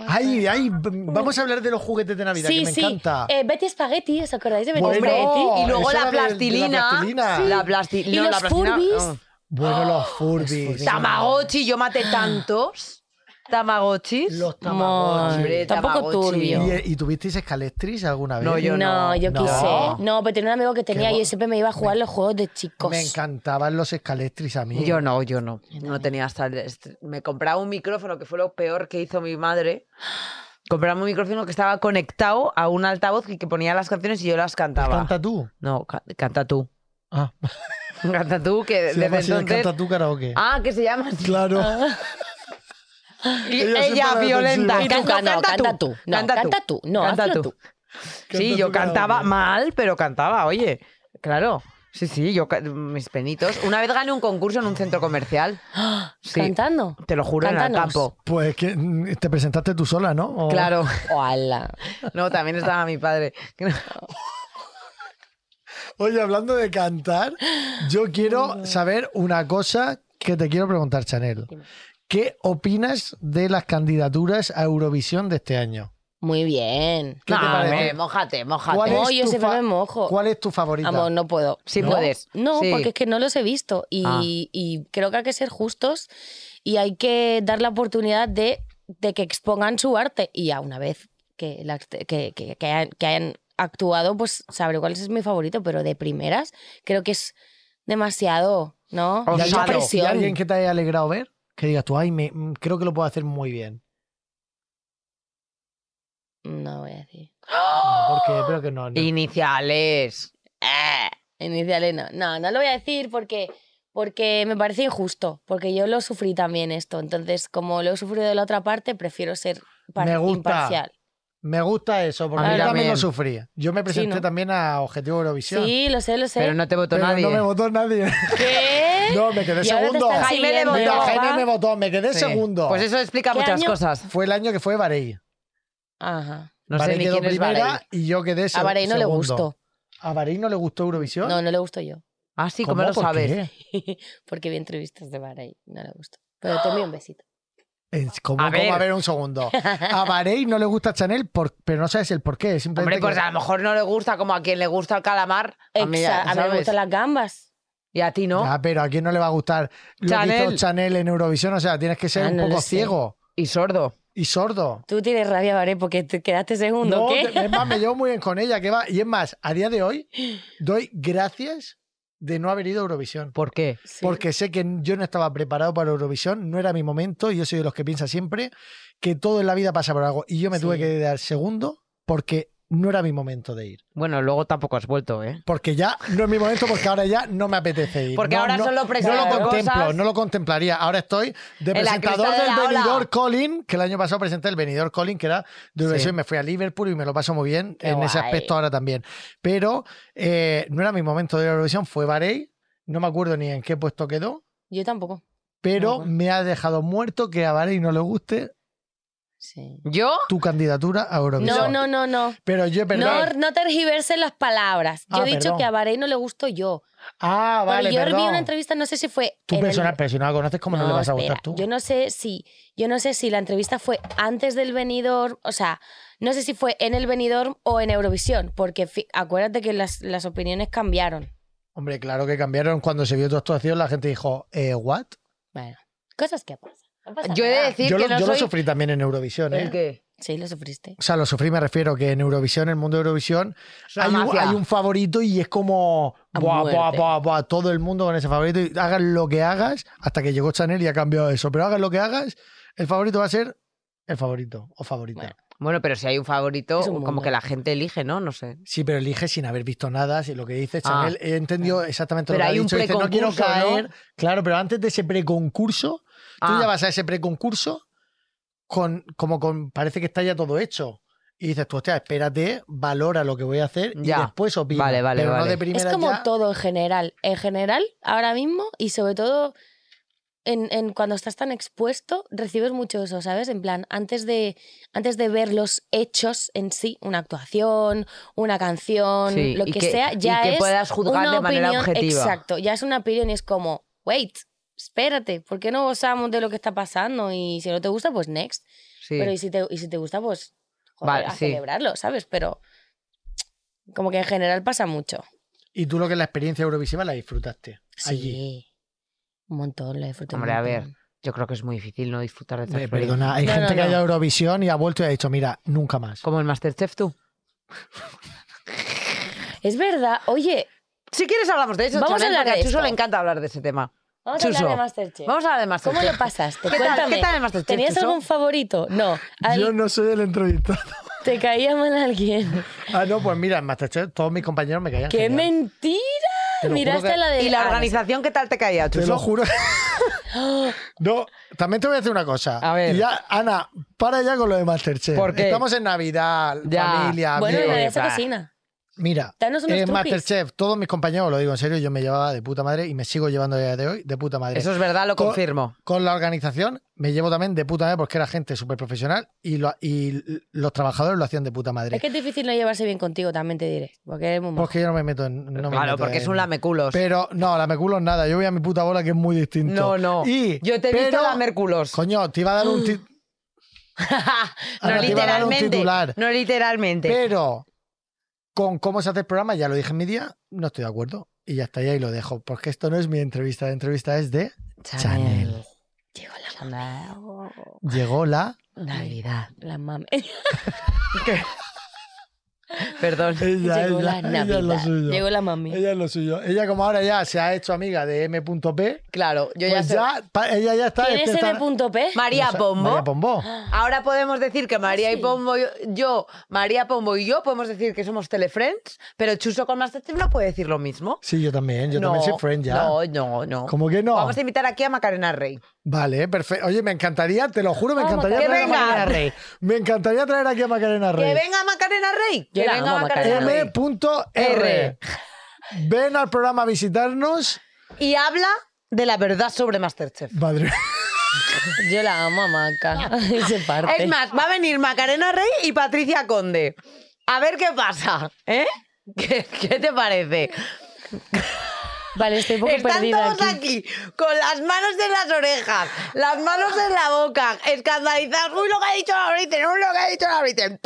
Speaker 2: Ay, ay, b- vamos a hablar de los juguetes de Navidad, que me encanta.
Speaker 5: Eh, Betty Spaghetti, ¿os acordáis de Betty
Speaker 2: Bueno,
Speaker 3: Hombre,
Speaker 2: no,
Speaker 5: Spaghetti?
Speaker 3: y luego
Speaker 2: eso
Speaker 3: la
Speaker 2: era de- de la
Speaker 3: plastilina.
Speaker 2: plastilina. Sí.
Speaker 3: La plasti-
Speaker 5: Y
Speaker 3: no, la
Speaker 5: los
Speaker 3: plastilina-
Speaker 5: Furbies.
Speaker 3: no.
Speaker 2: Bueno,
Speaker 3: ¡oh!
Speaker 2: los Furbies.
Speaker 3: Tamagotchi, yo maté tantos Tamagotchis.
Speaker 2: Los
Speaker 3: Hombre,
Speaker 2: Tamagotchi.
Speaker 5: tampoco
Speaker 3: Tamagotchi.
Speaker 5: turbio.
Speaker 3: Y-
Speaker 2: ¿Y, y tuvisteis escalectris alguna vez?
Speaker 3: No, yo-
Speaker 5: no, yo
Speaker 2: no.
Speaker 5: quise. No, pero tenía un amigo que tenía y
Speaker 2: guay.
Speaker 5: yo siempre me iba a jugar los juegos de chicos.
Speaker 2: Me encantaban los escalectris a mí.
Speaker 3: Yo no, yo no. No tenía hasta... el est- Me compraba un micrófono, que fue lo peor que hizo mi madre. Compraba un micrófono que estaba conectado a un altavoz y que ponía las canciones y yo las cantaba.
Speaker 2: Pues Canta tú.
Speaker 3: No, ca- canta tú.
Speaker 2: Ah,
Speaker 3: Canta tú, que
Speaker 2: se
Speaker 3: desde
Speaker 2: llama así de
Speaker 3: entonces...
Speaker 2: canta tú karaoke.
Speaker 3: Ah, que se llama así.
Speaker 2: Claro.
Speaker 3: Y
Speaker 2: Ella siempre
Speaker 3: Ella,
Speaker 2: la
Speaker 3: violenta.
Speaker 2: consigue.
Speaker 5: Ca-
Speaker 3: No,
Speaker 5: Ah, no, canta tú. No, canta tú. No, hazlo tú.
Speaker 3: Sí,
Speaker 2: Canta
Speaker 3: yo
Speaker 2: tú cada
Speaker 3: cantaba
Speaker 2: uno.
Speaker 3: mal, pero cantaba, oye. Claro. Sí, sí, yo ca- mis penitos. Una vez gané un concurso en un centro comercial. Sí,
Speaker 5: Cantando.
Speaker 3: te lo juro, en el
Speaker 5: Cántanos.
Speaker 3: campo.
Speaker 2: Pues que mm, te presentaste tú sola, ¿no? O-
Speaker 3: Claro.
Speaker 5: Ojalá.
Speaker 3: No, también estaba mi padre.
Speaker 2: Oye, hablando de cantar, yo quiero saber una cosa que te quiero preguntar, Chanel. ¿Qué opinas de las candidaturas a Eurovisión de este año?
Speaker 5: Muy bien.
Speaker 2: ¿Qué te
Speaker 3: No,
Speaker 2: parece?
Speaker 3: hombre, Eh, mójate, mójate.
Speaker 2: ¿Cuál
Speaker 5: No,
Speaker 2: es
Speaker 5: yo
Speaker 2: tu
Speaker 5: siempre
Speaker 2: fa-
Speaker 5: me mojo.
Speaker 2: ¿Cuál es tu favorita?
Speaker 5: Amor, no puedo.
Speaker 3: Sí
Speaker 5: No,
Speaker 3: puedes.
Speaker 5: No,
Speaker 3: Sí.
Speaker 5: porque es que no los he visto. Y,
Speaker 3: Ah.
Speaker 5: y creo que hay que ser justos y hay que dar la oportunidad de, de que expongan su arte. Y ya una vez que, la- que, que- que hayan, que hayan actuado, pues sabré cuál es mi favorito, pero de primeras creo que es demasiado, ¿no?
Speaker 3: O
Speaker 2: ¿Y
Speaker 3: sea,
Speaker 5: Mucha
Speaker 2: alguien,
Speaker 3: no.
Speaker 2: y
Speaker 5: presión.
Speaker 2: alguien que te haya alegrado ver? Que digas tú, ay, me, mm, creo que lo puedo hacer muy bien.
Speaker 5: No voy a decir.
Speaker 2: Porque creo que no. no.
Speaker 3: Iniciales.
Speaker 5: ¡Ah! Iniciales no. No, no lo voy a decir porque, porque me parece injusto, porque yo lo sufrí también esto. Entonces, como lo he sufrido de la otra parte, prefiero ser par-
Speaker 2: Me gusta.
Speaker 5: imparcial.
Speaker 2: Me gusta eso, porque
Speaker 3: A
Speaker 2: yo
Speaker 3: mí
Speaker 2: también.
Speaker 3: también.
Speaker 2: lo sufrí. Yo me presenté
Speaker 5: ¿no?
Speaker 2: también a Objetivo Eurovisión.
Speaker 5: Sí, lo sé, lo sé.
Speaker 3: Pero no te votó
Speaker 2: pero
Speaker 3: nadie.
Speaker 2: no me votó nadie.
Speaker 5: ¿Qué?
Speaker 2: No, me quedé
Speaker 5: Y ahora te
Speaker 2: segundo.
Speaker 5: están
Speaker 3: Jaime le
Speaker 5: siguiendo.
Speaker 3: votó.
Speaker 2: Mira,
Speaker 3: No,
Speaker 2: Jaime
Speaker 5: ¿va?
Speaker 2: me votó, me quedé
Speaker 3: Sí.
Speaker 2: segundo.
Speaker 3: Pues eso explica
Speaker 5: ¿Qué
Speaker 3: muchas
Speaker 5: año?
Speaker 3: cosas.
Speaker 2: Fue el año que fue Bahrein.
Speaker 5: Ajá.
Speaker 3: No
Speaker 2: Bahrein
Speaker 3: sé ni
Speaker 2: quedó
Speaker 3: quién es
Speaker 2: primera
Speaker 3: Varey.
Speaker 2: y yo quedé se-
Speaker 5: A Varey no le
Speaker 2: segundo.
Speaker 5: gustó.
Speaker 2: ¿A Bahrein no le gustó Eurovisión?
Speaker 5: No, no le gustó yo.
Speaker 3: Ah, sí,
Speaker 2: ¿Cómo?
Speaker 3: ¿cómo lo
Speaker 2: ¿Por
Speaker 3: sabes?
Speaker 2: qué?
Speaker 5: Porque vi entrevistas de Varey. No le gustó. Pero te envío un besito.
Speaker 2: Es como,
Speaker 3: A
Speaker 2: como,
Speaker 3: ver.
Speaker 2: a ver, un segundo. A Bahrein no le gusta Chanel, por- pero no sabes el por qué. Simplemente
Speaker 3: Hombre, pues
Speaker 2: que-
Speaker 3: a lo mejor no le gusta como a quien le gusta el calamar. A mí, ya,
Speaker 5: Exa- a mí me
Speaker 3: ¿sabes?
Speaker 5: gustan las gambas.
Speaker 3: Y a ti no.
Speaker 2: Ah, pero a quién no le va a gustar lo que hizo
Speaker 3: Chanel.
Speaker 2: Chanel en Eurovisión. O sea, tienes que ser
Speaker 5: Ah,
Speaker 2: un
Speaker 5: no lo
Speaker 2: poco
Speaker 5: sé.
Speaker 2: ciego
Speaker 3: Y sordo.
Speaker 2: y sordo.
Speaker 5: Tú tienes rabia, Varey, porque te quedaste segundo.
Speaker 2: No,
Speaker 5: ¿Qué?
Speaker 2: te- es más, me llevo muy bien con ella. Que va. Y es más, a día de hoy doy gracias de no haber ido a Eurovisión.
Speaker 3: ¿Por qué?
Speaker 5: Sí.
Speaker 2: Porque sé que yo no estaba preparado para Eurovisión, no era mi momento, y yo soy de los que piensa siempre que todo en la vida pasa por algo. Y yo me tuve
Speaker 5: Sí.
Speaker 2: que dar segundo porque no era mi momento de ir.
Speaker 3: Bueno, luego tampoco has vuelto, ¿eh?
Speaker 2: Porque ya no es mi momento, porque ahora ya no me apetece ir.
Speaker 3: Porque
Speaker 2: No,
Speaker 3: ahora
Speaker 2: no,
Speaker 3: solo
Speaker 2: No lo
Speaker 3: presento
Speaker 2: contemplo,
Speaker 3: cosas.
Speaker 2: no lo contemplaría. Ahora estoy de
Speaker 3: En la
Speaker 2: presentador
Speaker 3: cresta de
Speaker 2: del
Speaker 3: la ola.
Speaker 2: Benidorm Colin, que el año pasado presenté el Benidorm Colin, que era de Eurovisión,
Speaker 3: Sí.
Speaker 2: me fui a Liverpool y me lo paso muy bien
Speaker 5: Qué
Speaker 2: en ese
Speaker 5: guay.
Speaker 2: aspecto ahora también. Pero eh, no era mi momento de Eurovisión, fue Varey, no me acuerdo ni en qué puesto quedó,
Speaker 5: Yo tampoco.
Speaker 2: pero
Speaker 5: Ajá.
Speaker 2: me ha dejado muerto que a Varey no le guste
Speaker 5: Sí.
Speaker 3: Yo,
Speaker 2: tu candidatura a
Speaker 5: No,
Speaker 2: Eurovisión.
Speaker 5: no, no, no.
Speaker 2: Pero yo, perdón.
Speaker 5: No, no tergiversen las palabras. Yo
Speaker 2: Ah,
Speaker 5: he dicho
Speaker 2: perdón.
Speaker 5: que a Varey no le gusto yo.
Speaker 2: Ah, vale,
Speaker 5: Porque yo vi
Speaker 2: perdón.
Speaker 5: una entrevista, no sé si fue.
Speaker 2: Tú
Speaker 5: en el-
Speaker 2: personal, pero si no la conoces, ¿cómo no, le vas a
Speaker 5: espera.
Speaker 2: gustar tú?
Speaker 5: Yo no sé si, yo no sé si la entrevista fue antes del venidor, o sea, no sé si fue en el venidor o en Eurovisión, porque fi- acuérdate que las, las opiniones cambiaron.
Speaker 2: Hombre, claro que cambiaron. Cuando se vio tu actuación, la gente dijo, eh, ¿what?
Speaker 5: Bueno, cosas que pasan. No pasa
Speaker 3: yo he de
Speaker 5: nada.
Speaker 3: decir
Speaker 2: yo
Speaker 3: que
Speaker 2: lo,
Speaker 3: no
Speaker 2: yo lo
Speaker 3: soy...
Speaker 2: sufrí también en Eurovisión, ¿eh?
Speaker 3: ¿El qué?
Speaker 5: Sí, lo sufriste.
Speaker 2: O sea, lo sufrí, me refiero que en Eurovisión, en el mundo de Eurovisión,
Speaker 3: Soy
Speaker 2: hay un,
Speaker 3: Amacia.
Speaker 2: hay un favorito y es como.
Speaker 5: A
Speaker 2: Buah, buah,
Speaker 5: muerte.
Speaker 2: buah, buah, todo el mundo con ese favorito. Y hagas lo que hagas, hasta que llegó Chanel y ha cambiado eso. Pero hagas lo que hagas, el favorito va a ser el favorito o favorita.
Speaker 5: Bueno.
Speaker 3: Bueno, pero si hay un favorito,
Speaker 5: Es un
Speaker 3: como
Speaker 5: mundo.
Speaker 3: que la gente elige, ¿no? No sé.
Speaker 2: Sí, pero elige sin haber visto nada, si lo que dice
Speaker 3: Ah.
Speaker 2: Chanel. He entendido exactamente
Speaker 3: Pero
Speaker 2: lo que
Speaker 3: hay
Speaker 2: ha
Speaker 3: un
Speaker 2: dicho. Dice, no quiero
Speaker 3: preconcurso, ¿no?
Speaker 2: caer. Claro, pero antes de ese preconcurso,
Speaker 3: Ah.
Speaker 2: tú ya vas a ese preconcurso con, como con, parece que está ya todo hecho. Y dices tú, hostia, espérate, valora lo que voy a hacer y
Speaker 3: Ya.
Speaker 2: después opina.
Speaker 3: Vale, vale,
Speaker 2: pero no
Speaker 3: vale.
Speaker 2: de primera
Speaker 5: es como
Speaker 2: ya.
Speaker 5: todo en general. En general, ahora mismo, y sobre todo en, en cuando estás tan expuesto, recibes mucho eso, ¿sabes? En plan, antes de, antes de ver los hechos en sí, una actuación, una canción,
Speaker 3: Sí,
Speaker 5: lo
Speaker 3: y
Speaker 5: que,
Speaker 3: que-
Speaker 5: sea,
Speaker 3: y
Speaker 5: ya
Speaker 3: que
Speaker 5: es
Speaker 3: puedas juzgar
Speaker 5: una
Speaker 3: de manera
Speaker 5: opinión-
Speaker 3: objetiva.
Speaker 5: Exacto, ya es una opinión y es como, wait, espérate, ¿por qué no gozamos de lo que está pasando? Y si no te gusta, pues next.
Speaker 3: Sí.
Speaker 5: Pero y si te, y si te gusta, pues joder,
Speaker 3: Vale,
Speaker 5: a
Speaker 3: sí.
Speaker 5: celebrarlo, ¿sabes? Pero como que en general pasa mucho.
Speaker 2: Y tú lo que es la experiencia eurovisiva la disfrutaste. Allí.
Speaker 5: Sí. Un montón, la disfruté. un
Speaker 3: Hombre, a ver,
Speaker 5: montón.
Speaker 3: Yo creo que es muy difícil no disfrutar de esta
Speaker 2: Eh,
Speaker 3: experiencia.
Speaker 2: perdona, hay
Speaker 5: No,
Speaker 2: gente
Speaker 5: no,
Speaker 2: que ha ido
Speaker 5: no.
Speaker 2: a Eurovisión y ha vuelto y ha dicho, mira, nunca más.
Speaker 3: Como el Masterchef tú.
Speaker 5: Es verdad. Oye,
Speaker 3: Si quieres hablamos de eso,
Speaker 5: Vamos a
Speaker 3: Chanel,
Speaker 5: hablar
Speaker 3: porque
Speaker 5: de
Speaker 3: a Chuso
Speaker 5: esto.
Speaker 3: le encanta hablar de ese tema.
Speaker 5: vamos a
Speaker 3: Chuso,
Speaker 5: hablar de Masterchef.
Speaker 3: Vamos a hablar de Masterchef.
Speaker 5: ¿Cómo lo pasaste?
Speaker 3: ¿Qué tal,
Speaker 5: Cuéntame.
Speaker 3: ¿Qué tal de Masterchef,
Speaker 5: ¿Tenías
Speaker 3: Chuso?
Speaker 5: algún favorito? No. Al-
Speaker 2: Yo no soy el entrevistado.
Speaker 5: ¿Te caía mal alguien?
Speaker 2: Ah, no, pues mira, en Masterchef todos mis compañeros me caían
Speaker 5: ¡Qué
Speaker 2: genial.
Speaker 5: mentira!
Speaker 2: Te lo juro
Speaker 5: Miraste
Speaker 2: que-
Speaker 5: a la de...
Speaker 3: ¿Y la
Speaker 5: ah, no sé.
Speaker 3: organización qué tal te caía,
Speaker 2: Te lo
Speaker 3: Chuso?
Speaker 2: juro.
Speaker 5: ¡Ah!
Speaker 2: No, también te voy a decir una cosa.
Speaker 3: A ver.
Speaker 2: Y ya, Ana, para ya con lo de Masterchef.
Speaker 3: ¿Por qué?
Speaker 2: Estamos en Navidad,
Speaker 3: Ya.
Speaker 2: familia,
Speaker 5: Bueno,
Speaker 2: amigos.
Speaker 5: la de
Speaker 3: Bah.
Speaker 5: esa cocina.
Speaker 2: Mira,
Speaker 5: Danos unos
Speaker 2: eh,
Speaker 5: truquis.
Speaker 2: Masterchef, todos mis compañeros, lo digo en serio, yo me llevaba de puta madre y me sigo llevando a día de hoy de puta madre.
Speaker 3: Eso es verdad, lo
Speaker 2: eh. Co-
Speaker 3: confirmo.
Speaker 2: Con la organización me llevo también de puta madre porque era gente súper profesional y, lo- y los trabajadores lo hacían de puta madre.
Speaker 5: Es que es difícil no llevarse bien contigo, también te diré. Porque eres muy majo.
Speaker 2: Porque yo no me meto en. no me
Speaker 3: claro,
Speaker 2: meto
Speaker 3: porque es
Speaker 2: en-
Speaker 3: un lameculos.
Speaker 2: Pero no, lameculos nada. Yo voy a mi puta bola que es muy distinto.
Speaker 3: No, no.
Speaker 2: Y,
Speaker 3: Yo te he
Speaker 2: pero-
Speaker 3: visto lamerculos.
Speaker 2: Coño, te iba a dar un. ti-
Speaker 3: no
Speaker 2: Ahora te iba a dar un
Speaker 3: literalmente.
Speaker 2: titular.
Speaker 3: No literalmente.
Speaker 2: Pero con cómo se hace el programa, ya lo dije en mi día, no estoy de acuerdo. Y ya está, y ahí lo dejo. Porque esto no es mi entrevista. La entrevista es de. Chanel.
Speaker 5: Llegó
Speaker 3: Chanel.
Speaker 2: Llegó la.
Speaker 3: Navidad.
Speaker 5: la, la mame.
Speaker 3: Perdón.
Speaker 2: Ella,
Speaker 5: Llegó la
Speaker 2: ella- ella es lo
Speaker 5: Navidad.
Speaker 2: suyo.
Speaker 5: Llegó la mami.
Speaker 2: Ella es lo suyo. Ella, como ahora ya se ha hecho amiga de M.P.
Speaker 3: Claro, yo ya
Speaker 2: Pues
Speaker 3: sé.
Speaker 2: ya, pa- ella ya está.
Speaker 5: ¿Quién es
Speaker 2: está-
Speaker 5: M.P?
Speaker 3: María
Speaker 2: no sé,
Speaker 3: Pombo.
Speaker 2: María Pombo.
Speaker 3: Ahora podemos decir que María y
Speaker 5: sí.
Speaker 3: Pombo, yo, María Pombo y yo podemos decir que somos telefriends, pero Chuso con Masterchef no puede decir lo mismo.
Speaker 2: Sí, yo también. Yo también soy friend ya.
Speaker 3: No, no, no.
Speaker 2: ¿Cómo que no?
Speaker 3: Vamos a invitar aquí a Macarena Rey.
Speaker 2: Vale, perfecto. Oye, me encantaría, te lo juro, me
Speaker 5: Vamos,
Speaker 2: encantaría
Speaker 3: que
Speaker 2: traer a
Speaker 3: venga.
Speaker 2: Macarena Rey. Me encantaría traer aquí a Macarena
Speaker 3: Que
Speaker 2: Rey.
Speaker 3: venga Macarena Rey.
Speaker 5: Yo
Speaker 3: Que
Speaker 5: la
Speaker 3: venga
Speaker 5: amo,
Speaker 3: Macarena
Speaker 5: Macarena
Speaker 3: Rey.
Speaker 2: M.R.
Speaker 3: R.
Speaker 2: Ven al programa a visitarnos.
Speaker 3: Y habla de la verdad sobre Masterchef.
Speaker 2: Madre.
Speaker 5: Yo la amo a Maca. Y se parte.
Speaker 3: Es más, va a venir Macarena Rey y Patricia Conde. A ver qué pasa, ¿eh? ¿Qué, qué te parece?
Speaker 5: Vale, estoy un poco
Speaker 3: Están
Speaker 5: perdida
Speaker 3: todos
Speaker 5: aquí.
Speaker 3: aquí. con las manos en las orejas, las manos en la boca, escandalizados. Uy, lo que ha dicho la Briten, uy, lo que ha dicho la Briten.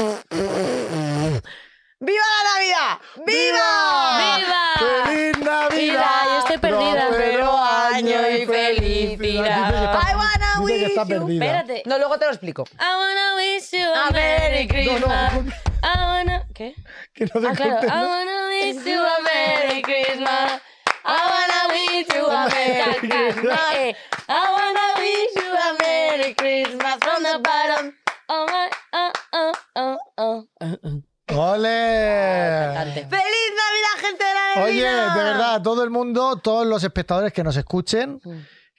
Speaker 3: ¡Viva la Navidad! ¡Viva! Ah.
Speaker 5: ¡Viva!
Speaker 2: ¡Feliz Navidad!
Speaker 5: Viva, yo estoy perdida.
Speaker 2: Próspero año y
Speaker 5: felicidad.
Speaker 3: I wanna
Speaker 2: Dice que está
Speaker 3: wish you-
Speaker 2: perdida.
Speaker 5: Espérate.
Speaker 3: No, luego te lo explico.
Speaker 5: I wanna wish you
Speaker 3: A
Speaker 5: a Merry
Speaker 3: ver, no,
Speaker 2: no,
Speaker 5: Christmas. I wanna... ¿Qué?
Speaker 2: Que no te
Speaker 5: Ah, claro.
Speaker 2: cortes,
Speaker 5: I
Speaker 2: ¿no?
Speaker 5: wanna wish you a Merry Christmas. I wanna wish you a Merry Christmas. Eh, I wanna wish you a Merry Christmas from the bottom. Oh my, oh, oh, oh, oh.
Speaker 2: ¡Ole!
Speaker 5: Ah, Cantante.
Speaker 3: ¡Feliz Navidad, gente de la
Speaker 2: Oye,
Speaker 3: Neblina!
Speaker 2: de verdad, a todo el mundo, todos los espectadores que nos escuchen,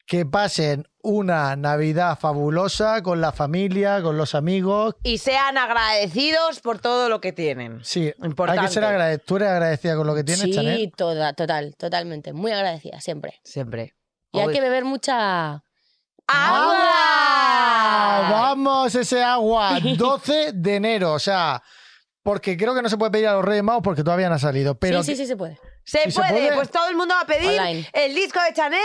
Speaker 2: que pasen una Navidad fabulosa con la familia, con los amigos.
Speaker 3: Y sean agradecidos por todo lo que tienen.
Speaker 2: Sí, hay
Speaker 3: Importante.
Speaker 2: que ser agradecido. ¿Tú eres agradecida con lo que tienes, Chanel?
Speaker 5: Sí, toda, total, totalmente. Muy agradecida, siempre.
Speaker 3: Siempre.
Speaker 5: Y hay
Speaker 3: Obvio.
Speaker 5: que beber mucha...
Speaker 2: ¡Agua!
Speaker 3: ¡Agua!
Speaker 2: Vamos, ese agua. 12 de enero, o sea, porque creo que no se puede pedir a los Reyes Magos porque todavía no ha salido. Pero
Speaker 5: sí, sí, sí, se puede.
Speaker 3: Se,
Speaker 2: Sí, se
Speaker 3: puede.
Speaker 2: puede.
Speaker 3: pues todo el mundo va a pedir
Speaker 5: Online.
Speaker 3: el disco de Chanel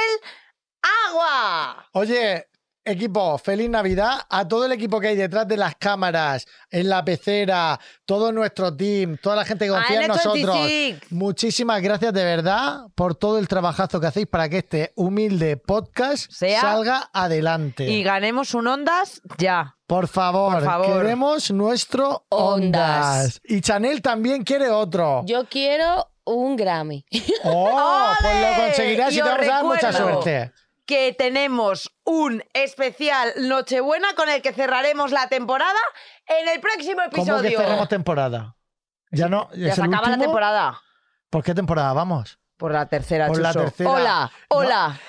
Speaker 3: Agua.
Speaker 2: Oye, equipo, feliz Navidad a todo el equipo que hay detrás de las cámaras, en la pecera, todo nuestro team, toda la gente que confía en
Speaker 3: Ana
Speaker 2: nosotros.
Speaker 3: 26.
Speaker 2: Muchísimas gracias de verdad por todo el trabajazo que hacéis para que este humilde podcast
Speaker 3: Sea-
Speaker 2: salga adelante.
Speaker 3: Y ganemos un Ondas ya.
Speaker 2: Por favor,
Speaker 3: Por favor.
Speaker 2: queremos nuestro
Speaker 5: Ondas.
Speaker 2: Ondas. Y Chanel también quiere otro.
Speaker 5: Yo quiero un Grammy.
Speaker 2: ¡Oh! Pues lo
Speaker 3: ¡Ole!
Speaker 2: conseguirás y
Speaker 3: Y
Speaker 2: te
Speaker 3: os
Speaker 2: vamos a dar mucha
Speaker 3: recuerdo-
Speaker 2: suerte.
Speaker 3: Que tenemos un especial Nochebuena con el que cerraremos la temporada en el próximo episodio.
Speaker 2: ¿Cómo que cerramos temporada? Ya no,
Speaker 3: ya
Speaker 2: es
Speaker 3: se
Speaker 2: el
Speaker 3: acaba la
Speaker 2: último.
Speaker 3: temporada.
Speaker 2: ¿Por qué temporada vamos?
Speaker 3: Por la tercera,
Speaker 2: Por la
Speaker 3: Chuso.
Speaker 2: tercera.
Speaker 3: Hola, hola.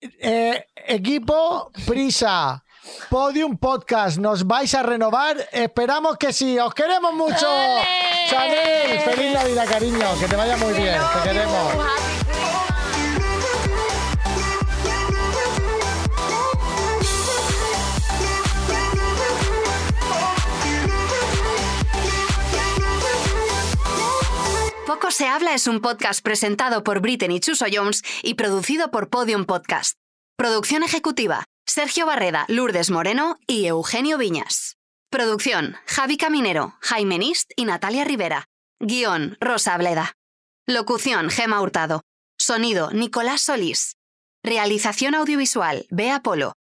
Speaker 2: Eh, equipo, prisa. Podium Podcast, nos vais a renovar. Esperamos que sí. Os queremos mucho. Chanel, feliz Navidad, cariño. Que te vaya muy bien. Te queremos.
Speaker 1: Poco se habla es un podcast presentado por Britten y Chuso Jones y producido por Podium Podcast. Producción ejecutiva: Sergio Barreda, Lourdes Moreno y Eugenio Viñas. Producción: Javi Caminero, Jaime Nist y Natalia Rivera. Guión: Rosa Bleda. Locución: Gema Hurtado. Sonido: Nicolás Solís. Realización audiovisual: Bea Polo.